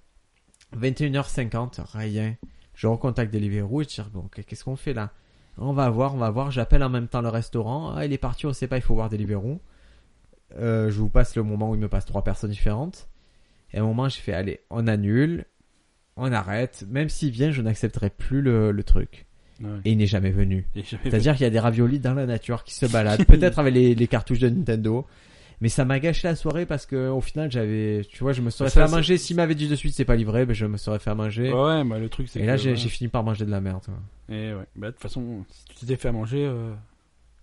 Speaker 1: 21h50, rien. Je recontacte Deliveroo et je dis, bon, ok, qu'est-ce qu'on fait là On va voir, on va voir. J'appelle en même temps le restaurant. Ah, il est parti, on sait pas, il faut voir Deliveroo. Euh, je vous passe le moment où il me passe trois personnes différentes. Et à un moment, j'ai fait, allez, on annule, on arrête. Même s'il vient, je n'accepterai plus le, le truc.
Speaker 2: ouais.
Speaker 1: Et il n'est jamais venu.
Speaker 2: Et (laughs) j'avais-
Speaker 1: C'est-à-dire qu'il y a des raviolis dans la nature qui se baladent, (laughs) peut-être avec les, les cartouches de Nintendo. Mais ça m'a gâché la soirée parce que au final j'avais, tu vois, je me serais
Speaker 2: Ça,
Speaker 1: fait
Speaker 2: c'est-
Speaker 1: manger. S'il m'avait dit de suite c'est pas livré, ben je me serais fait manger.
Speaker 2: Ouais, bah, le truc c'est
Speaker 1: Et
Speaker 2: que,
Speaker 1: là j'ai
Speaker 2: ouais.
Speaker 1: j'ai fini par manger de la merde. quoi.
Speaker 2: Et ouais. Bah, de toute façon, si tu t'étais fait à manger. euh,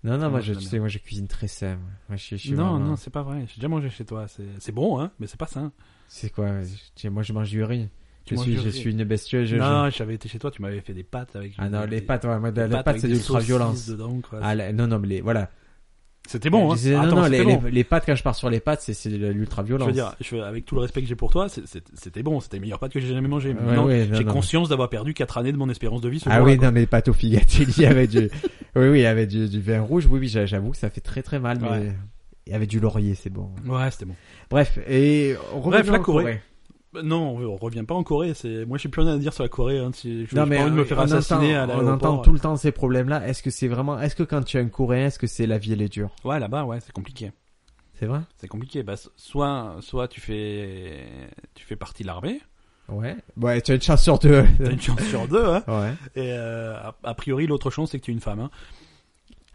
Speaker 1: Non non
Speaker 2: Ah,
Speaker 1: moi
Speaker 2: de
Speaker 1: je
Speaker 2: la
Speaker 1: tu
Speaker 2: merde.
Speaker 1: sais moi je cuisine très sain. moi. Moi, je suis- je suis
Speaker 2: Non,
Speaker 1: vraiment-
Speaker 2: non, c'est pas vrai. J'ai déjà mangé chez toi. C'est c'est bon, hein, mais c'est pas sain.
Speaker 1: C'est quoi je- tu sais, Moi je mange du riz. je
Speaker 2: Tu manges
Speaker 1: suis
Speaker 2: du
Speaker 1: je
Speaker 2: riz.
Speaker 1: suis une bestiole. Je,
Speaker 2: Non, j'avais été chez toi, tu m'avais fait des pâtes avec.
Speaker 1: je- Ah non
Speaker 2: des-
Speaker 1: les pâtes ouais, moi,
Speaker 2: des
Speaker 1: la- la
Speaker 2: pâtes
Speaker 1: pâte
Speaker 2: avec
Speaker 1: c'est de
Speaker 2: des
Speaker 1: l'ultra
Speaker 2: saucisses
Speaker 1: violence.
Speaker 2: dedans, quoi.
Speaker 1: Ah, la- non non mais les voilà.
Speaker 2: C'était bon, hein.
Speaker 1: Je disais, non,
Speaker 2: Attends,
Speaker 1: non, les,
Speaker 2: c'était bon.
Speaker 1: les, les pâtes quand je pars sur les pâtes c'est c'est de l'ultra
Speaker 2: Je
Speaker 1: violence.
Speaker 2: veux dire, je- avec tout le respect que j'ai pour toi, c'est- c'est- c'était bon, c'était les meilleures pâtes que j'ai jamais mangées. Mais
Speaker 1: Ouais,
Speaker 2: maintenant,
Speaker 1: ouais, non,
Speaker 2: j'ai
Speaker 1: non.
Speaker 2: conscience d'avoir perdu 4 années de mon espérance de vie. Ce
Speaker 1: Ah
Speaker 2: jour-là,
Speaker 1: oui,
Speaker 2: quoi.
Speaker 1: non, mais pâte au Figatelli avec
Speaker 2: (laughs)
Speaker 1: du, oui, oui, avec du, du vin rouge, oui, oui, j'a- j'avoue que ça fait très très mal, mais
Speaker 2: Ouais.
Speaker 1: et avec du laurier, c'est bon.
Speaker 2: Ouais, c'était bon.
Speaker 1: Bref, et revenons
Speaker 2: la
Speaker 1: en
Speaker 2: Corée. Bah, Non, on on revient pas en Corée. C'est moi, j'ai plus rien à dire sur la Corée. Hein. Si... Je
Speaker 1: Non,
Speaker 2: j'ai
Speaker 1: mais
Speaker 2: pas envie de me
Speaker 1: on-
Speaker 2: faire
Speaker 1: on
Speaker 2: assassiner
Speaker 1: entend,
Speaker 2: à
Speaker 1: on
Speaker 2: l'aéroport.
Speaker 1: entend tout le temps ces problèmes-là. Est-ce que c'est vraiment, est-ce que quand tu es un Coréen, est-ce que c'est la vie elle est dure
Speaker 2: Ouais, là-bas, ouais, c'est compliqué.
Speaker 1: C'est vrai
Speaker 2: C'est compliqué. Bah, so- soit, soit tu fais, tu fais partie de
Speaker 1: (laughs)
Speaker 2: l'armée.
Speaker 1: Ouais. Ouais, tu as une chance sur
Speaker 2: (laughs)
Speaker 1: deux.
Speaker 2: T'as une chance sur deux. Hein.
Speaker 1: ouais.
Speaker 2: Et euh, a, a priori, l'autre chance, c'est que tu es une femme. Hein.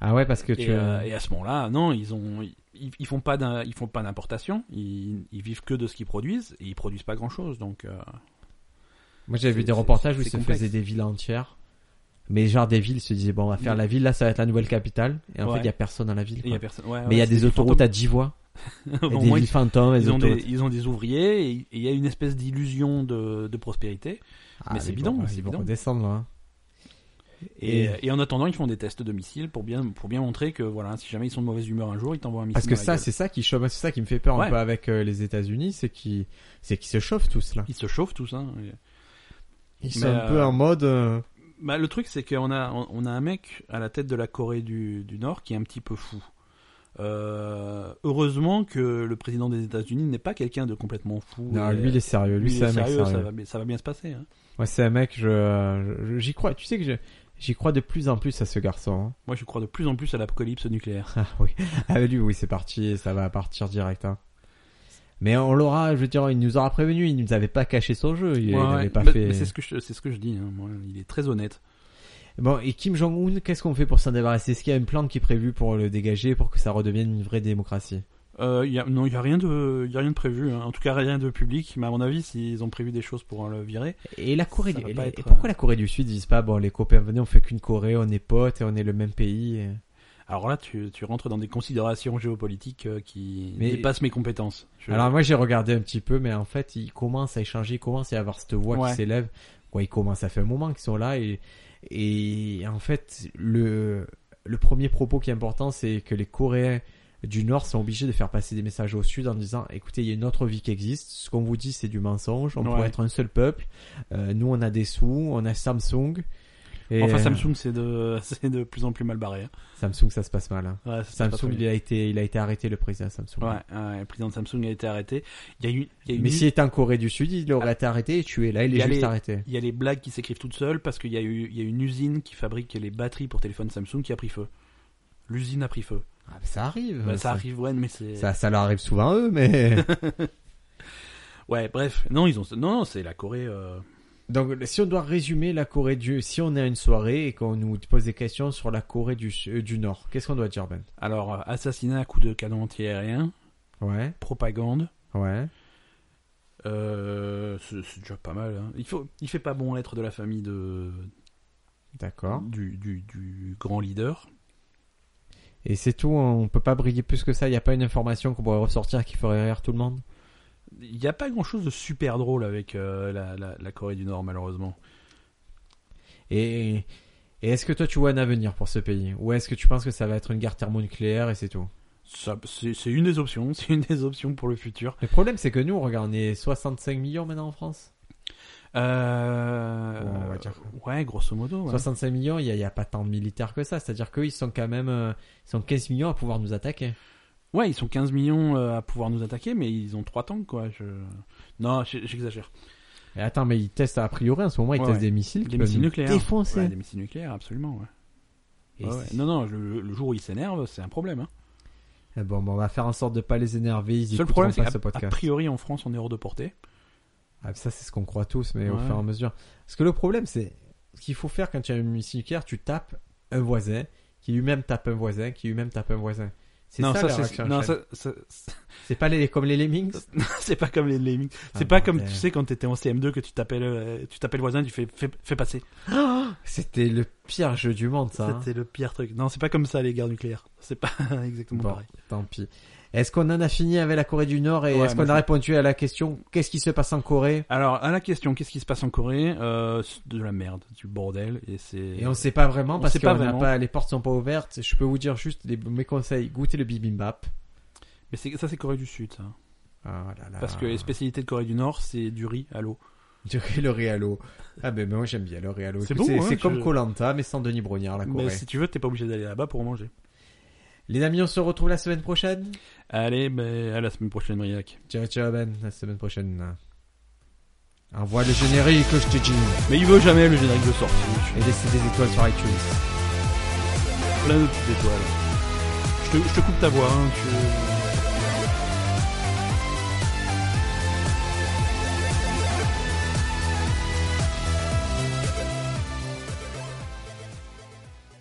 Speaker 1: Ah ouais, parce que
Speaker 2: Et,
Speaker 1: tu.
Speaker 2: euh, et à ce moment-là, non, ils ont, ils, ils font pas, d'im- ils font pas d'importation. Ils, ils vivent que de ce qu'ils produisent et ils produisent pas grand-chose. Donc, euh,
Speaker 1: Moi, j'avais vu
Speaker 2: c'est-
Speaker 1: des reportages
Speaker 2: c'est-
Speaker 1: où ils
Speaker 2: c'est
Speaker 1: se
Speaker 2: complexe.
Speaker 1: faisaient des villes entières. Mais genre des villes, ils se disaient bon, on va faire la ville. Là, ça va être la nouvelle capitale. Et en
Speaker 2: Ouais.
Speaker 1: fait, il y a personne dans la ville.
Speaker 2: il y
Speaker 1: quoi.
Speaker 2: a personne. ouais,
Speaker 1: Mais il y
Speaker 2: ouais,
Speaker 1: a des
Speaker 2: c'est
Speaker 1: autoroutes à
Speaker 2: fantômes.
Speaker 1: 10 voies. Et
Speaker 2: (laughs) Au
Speaker 1: des
Speaker 2: moins,
Speaker 1: villes
Speaker 2: ils,
Speaker 1: fantômes, et des
Speaker 2: ils ont
Speaker 1: autoroutes.
Speaker 2: des, ils ont des ouvriers et et il y a une espèce d'illusion de, de prospérité.
Speaker 1: Ah,
Speaker 2: Mais c'est
Speaker 1: ils
Speaker 2: bidon,
Speaker 1: vont-
Speaker 2: c'est
Speaker 1: Ils vont
Speaker 2: bidon.
Speaker 1: redescendre là. hein.
Speaker 2: Et, euh,
Speaker 1: Et-
Speaker 2: et en attendant, ils font des tests domicile pour bien, pour bien montrer que voilà, si jamais ils sont de mauvaise humeur un jour, ils t'envoient un missile.
Speaker 1: Parce que
Speaker 2: dans la
Speaker 1: ça,
Speaker 2: gueule.
Speaker 1: c'est ça qui chauffe, c'est ça qui me fait peur un
Speaker 2: Ouais.
Speaker 1: peu avec euh, les États-Unis, c'est qu'ils, c'est qu'ils se chauffent tous là.
Speaker 2: ils se chauffent tous. Hein. Et-
Speaker 1: Ils
Speaker 2: Mais,
Speaker 1: sont un
Speaker 2: euh,
Speaker 1: peu en mode. euh,
Speaker 2: Bah, le truc, c'est qu'on a, on on a un mec à la tête de la Corée du, du Nord qui est un petit peu fou. Euh, heureusement que le président des États-Unis n'est pas quelqu'un de complètement fou.
Speaker 1: Non,
Speaker 2: Et-
Speaker 1: lui il est sérieux, lui,
Speaker 2: lui, il
Speaker 1: c'est
Speaker 2: est
Speaker 1: un mec
Speaker 2: sérieux,
Speaker 1: sérieux.
Speaker 2: Ça, va, bien- ça va bien se passer. hein.
Speaker 1: Ouais, c'est un mec, je, euh, je- j'y crois. Tu sais que je- j'y crois de plus en plus à ce garçon. hein. (laughs)
Speaker 2: Moi, je crois de plus en plus à l'apocalypse nucléaire.
Speaker 1: Ah oui, avec lui, oui, c'est parti, ça va partir direct. Hein. Mais on l'aura, je veux dire, il nous aura prévenu, il nous avait pas caché son jeu, il
Speaker 2: Ouais,
Speaker 1: n'avait
Speaker 2: ouais.
Speaker 1: pas
Speaker 2: Bah,
Speaker 1: fait.
Speaker 2: mais c'est ce que je, c'est ce que je dis. hein, moi. Il est très honnête.
Speaker 1: Bon, et Kim Jong-un, qu'est-ce qu'on fait pour s'en débarrasser Est-ce qu'il y a une plante qui est prévue pour le dégager pour que ça redevienne une vraie démocratie
Speaker 2: Euh, y a, non, il y a rien de, y a rien de prévu. hein. En tout cas, rien de public. Mais à mon avis, s'ils ont prévu des choses pour le virer,
Speaker 1: Et la Corée
Speaker 2: Ça
Speaker 1: du...
Speaker 2: va
Speaker 1: et
Speaker 2: pas
Speaker 1: la-
Speaker 2: être, euh,
Speaker 1: et pourquoi la Corée du Sud ils disent pas bon les copains venez on fait qu'une Corée on est potes et on est le même pays et-
Speaker 2: alors là, tu, tu rentres dans des considérations géopolitiques euh, qui
Speaker 1: Mais-
Speaker 2: dépassent mes compétences. Je-
Speaker 1: Alors moi j'ai regardé un petit peu mais en fait ils commencent à échanger, ils commencent à y avoir cette voix
Speaker 2: Ouais.
Speaker 1: qui s'élève. Quoi, ils commencent à faire un moment qu'ils sont là et et en fait le le premier propos qui est important c'est que les Coréens du Nord sont obligés de faire passer des messages au Sud en disant écoutez il y a une autre vie qui existe ce qu'on vous dit c'est du mensonge on
Speaker 2: Ouais.
Speaker 1: pourrait être un seul peuple Euh, nous on a des sous on a Samsung et
Speaker 2: Enfin, Samsung, c'est de, (laughs) c'est de plus en plus mal barré. hein.
Speaker 1: Samsung ça se passe mal hein.
Speaker 2: Ouais, ça, c'est pas
Speaker 1: Samsung,
Speaker 2: très
Speaker 1: il
Speaker 2: bien.
Speaker 1: a été, il a été arrêté, le président Samsung.
Speaker 2: Ouais, ouais, le président de Samsung a été arrêté. Il y a eu, il y a eu-
Speaker 1: Mais s'il était en Corée du Sud, il aurait été arrêté et tué. Là, il
Speaker 2: Il y
Speaker 1: est
Speaker 2: a
Speaker 1: juste
Speaker 2: les-
Speaker 1: arrêté.
Speaker 2: il y a les blagues qui s'écrivent toutes seules parce qu'il y a eu, il y a une usine qui fabrique les batteries pour téléphone Samsung qui a pris feu. L'usine a pris feu.
Speaker 1: Ah, mais ça arrive.
Speaker 2: Bah, ça arrive, ouais, mais c'est.
Speaker 1: Ça, ça leur arrive souvent à eux,
Speaker 2: (laughs)
Speaker 1: mais.
Speaker 2: Ouais, bref. Non, ils ont, non, non, c'est la Corée. euh,
Speaker 1: Donc, si on doit résumer la Corée du, si on est à une soirée et qu'on nous pose des questions sur la Corée du, euh, du Nord, qu'est-ce qu'on doit dire, Ben?
Speaker 2: Alors, euh, assassinat à coup de canon antiaérien,
Speaker 1: Ouais,
Speaker 2: propagande,
Speaker 1: ouais.
Speaker 2: euh, c'est c'est déjà pas mal. hein. Il, faut, il fait pas bon être de la famille de,
Speaker 1: D'accord.
Speaker 2: du, du- du grand leader.
Speaker 1: Et c'est tout, hein. on peut pas briller plus que ça, il y a pas une information qu'on pourrait ressortir qui ferait rire tout le monde.
Speaker 2: Il n'y a pas grand chose de super drôle avec euh, la, la- la Corée du Nord, malheureusement.
Speaker 1: Et, et est-ce que toi tu vois un avenir pour ce pays? Ou est-ce que tu penses que ça va être une guerre thermonucléaire et c'est tout?
Speaker 2: Ça, C'est c'est une des options, (laughs) c'est une des options pour le futur.
Speaker 1: Le problème, c'est que nous, regarde, on est 65 millions maintenant en France.
Speaker 2: Euh,
Speaker 1: Bon, on va dire ça.
Speaker 2: ouais, grosso modo. ouais.
Speaker 1: 65 millions, il n'y a, il y a pas tant de militaires que ça. C'est-à-dire qu'eux, ils sont quand même euh, ils sont 15 millions à pouvoir nous attaquer.
Speaker 2: Ouais, ils sont 15 millions euh, à pouvoir nous attaquer, mais ils ont trois tanks, quoi. Je... Non, j- j'exagère.
Speaker 1: Et attends, mais ils testent a priori en ce moment, ils
Speaker 2: Ouais,
Speaker 1: testent
Speaker 2: ouais.
Speaker 1: des missiles qui
Speaker 2: Des
Speaker 1: peuvent
Speaker 2: missiles
Speaker 1: nous
Speaker 2: nucléaires.
Speaker 1: défoncer.
Speaker 2: Ouais, des missiles nucléaires, absolument, ouais.
Speaker 1: Et
Speaker 2: Ouais, ouais.
Speaker 1: c'est-
Speaker 2: Non, non, le, le jour où ils s'énervent, c'est un problème. Hein.
Speaker 1: Ah Bon, bon, on va faire en sorte de pas les énerver. Ils
Speaker 2: Le seul
Speaker 1: écouteront
Speaker 2: problème, c'est
Speaker 1: pas
Speaker 2: qu'à
Speaker 1: ce
Speaker 2: a
Speaker 1: podcast.
Speaker 2: priori, en France, on est hors de portée.
Speaker 1: Ah, ça, c'est ce qu'on croit tous, mais au
Speaker 2: Ouais.
Speaker 1: fur et à mesure. Parce que le problème, c'est ce qu'il faut faire quand tu as un missile nucléaire, tu tapes un voisin, qui lui-même tape un voisin, qui lui-même tape un voisin. C'est
Speaker 2: non,
Speaker 1: ça, la
Speaker 2: c'est
Speaker 1: réaction en
Speaker 2: non,
Speaker 1: chaîne.
Speaker 2: ça- ça- ça- (laughs)
Speaker 1: C'est pas les, comme les lemmings.
Speaker 2: c'est pas comme les Lemmings.
Speaker 1: Ah,
Speaker 2: C'est pas
Speaker 1: bordel.
Speaker 2: comme tu sais quand t'étais en CM2 que tu t'appelles, euh, tu t'appelles voisin, tu fais, fais, fais passer.
Speaker 1: C'était le pire jeu du monde, ça. hein.
Speaker 2: C'était le pire truc. Non, c'est pas comme ça les guerres nucléaires. C'est pas (laughs) exactement
Speaker 1: Bon,
Speaker 2: pareil.
Speaker 1: tant pis. Est-ce qu'on en a fini avec la Corée du Nord et
Speaker 2: Ouais,
Speaker 1: est-ce
Speaker 2: moi,
Speaker 1: qu'on
Speaker 2: je-
Speaker 1: a répondu à la question qu'est-ce qui se passe en Corée
Speaker 2: Alors à la question, qu'est-ce qui se passe en Corée Euh, c'est De la merde, du bordel, et c'est.
Speaker 1: Et on sait pas vraiment
Speaker 2: on
Speaker 1: parce
Speaker 2: sait
Speaker 1: que
Speaker 2: pas vraiment.
Speaker 1: pas, les portes sont pas ouvertes. Je peux vous dire juste les- mes conseils goûtez le bibimbap.
Speaker 2: Mais c'est- ça c'est Corée du Sud, ça.
Speaker 1: Ah là là.
Speaker 2: Parce que
Speaker 1: (laughs)
Speaker 2: les spécialités de Corée du Nord, c'est du riz à l'eau.
Speaker 1: Dirais le Realo. Ah ben moi j'aime bien le Realo.
Speaker 2: C'est bon, hein,
Speaker 1: c'est
Speaker 2: tu-
Speaker 1: comme Colanta mais sans Denis Brognard la Corée.
Speaker 2: Mais si tu veux, t'es pas obligé d'aller là-bas pour manger.
Speaker 1: Les amis, on se retrouve la semaine prochaine.
Speaker 2: Allez, ben, à la semaine prochaine, Briac.
Speaker 1: Ciao ciao Ben, la semaine prochaine. Envoie le générique, je te dis.
Speaker 2: Mais il veut jamais le générique de sortie. Je
Speaker 1: Et laissez des étoiles sur iTunes.
Speaker 2: suis plein de petites étoiles. Je te, je te coupe ta voix, hein, tu-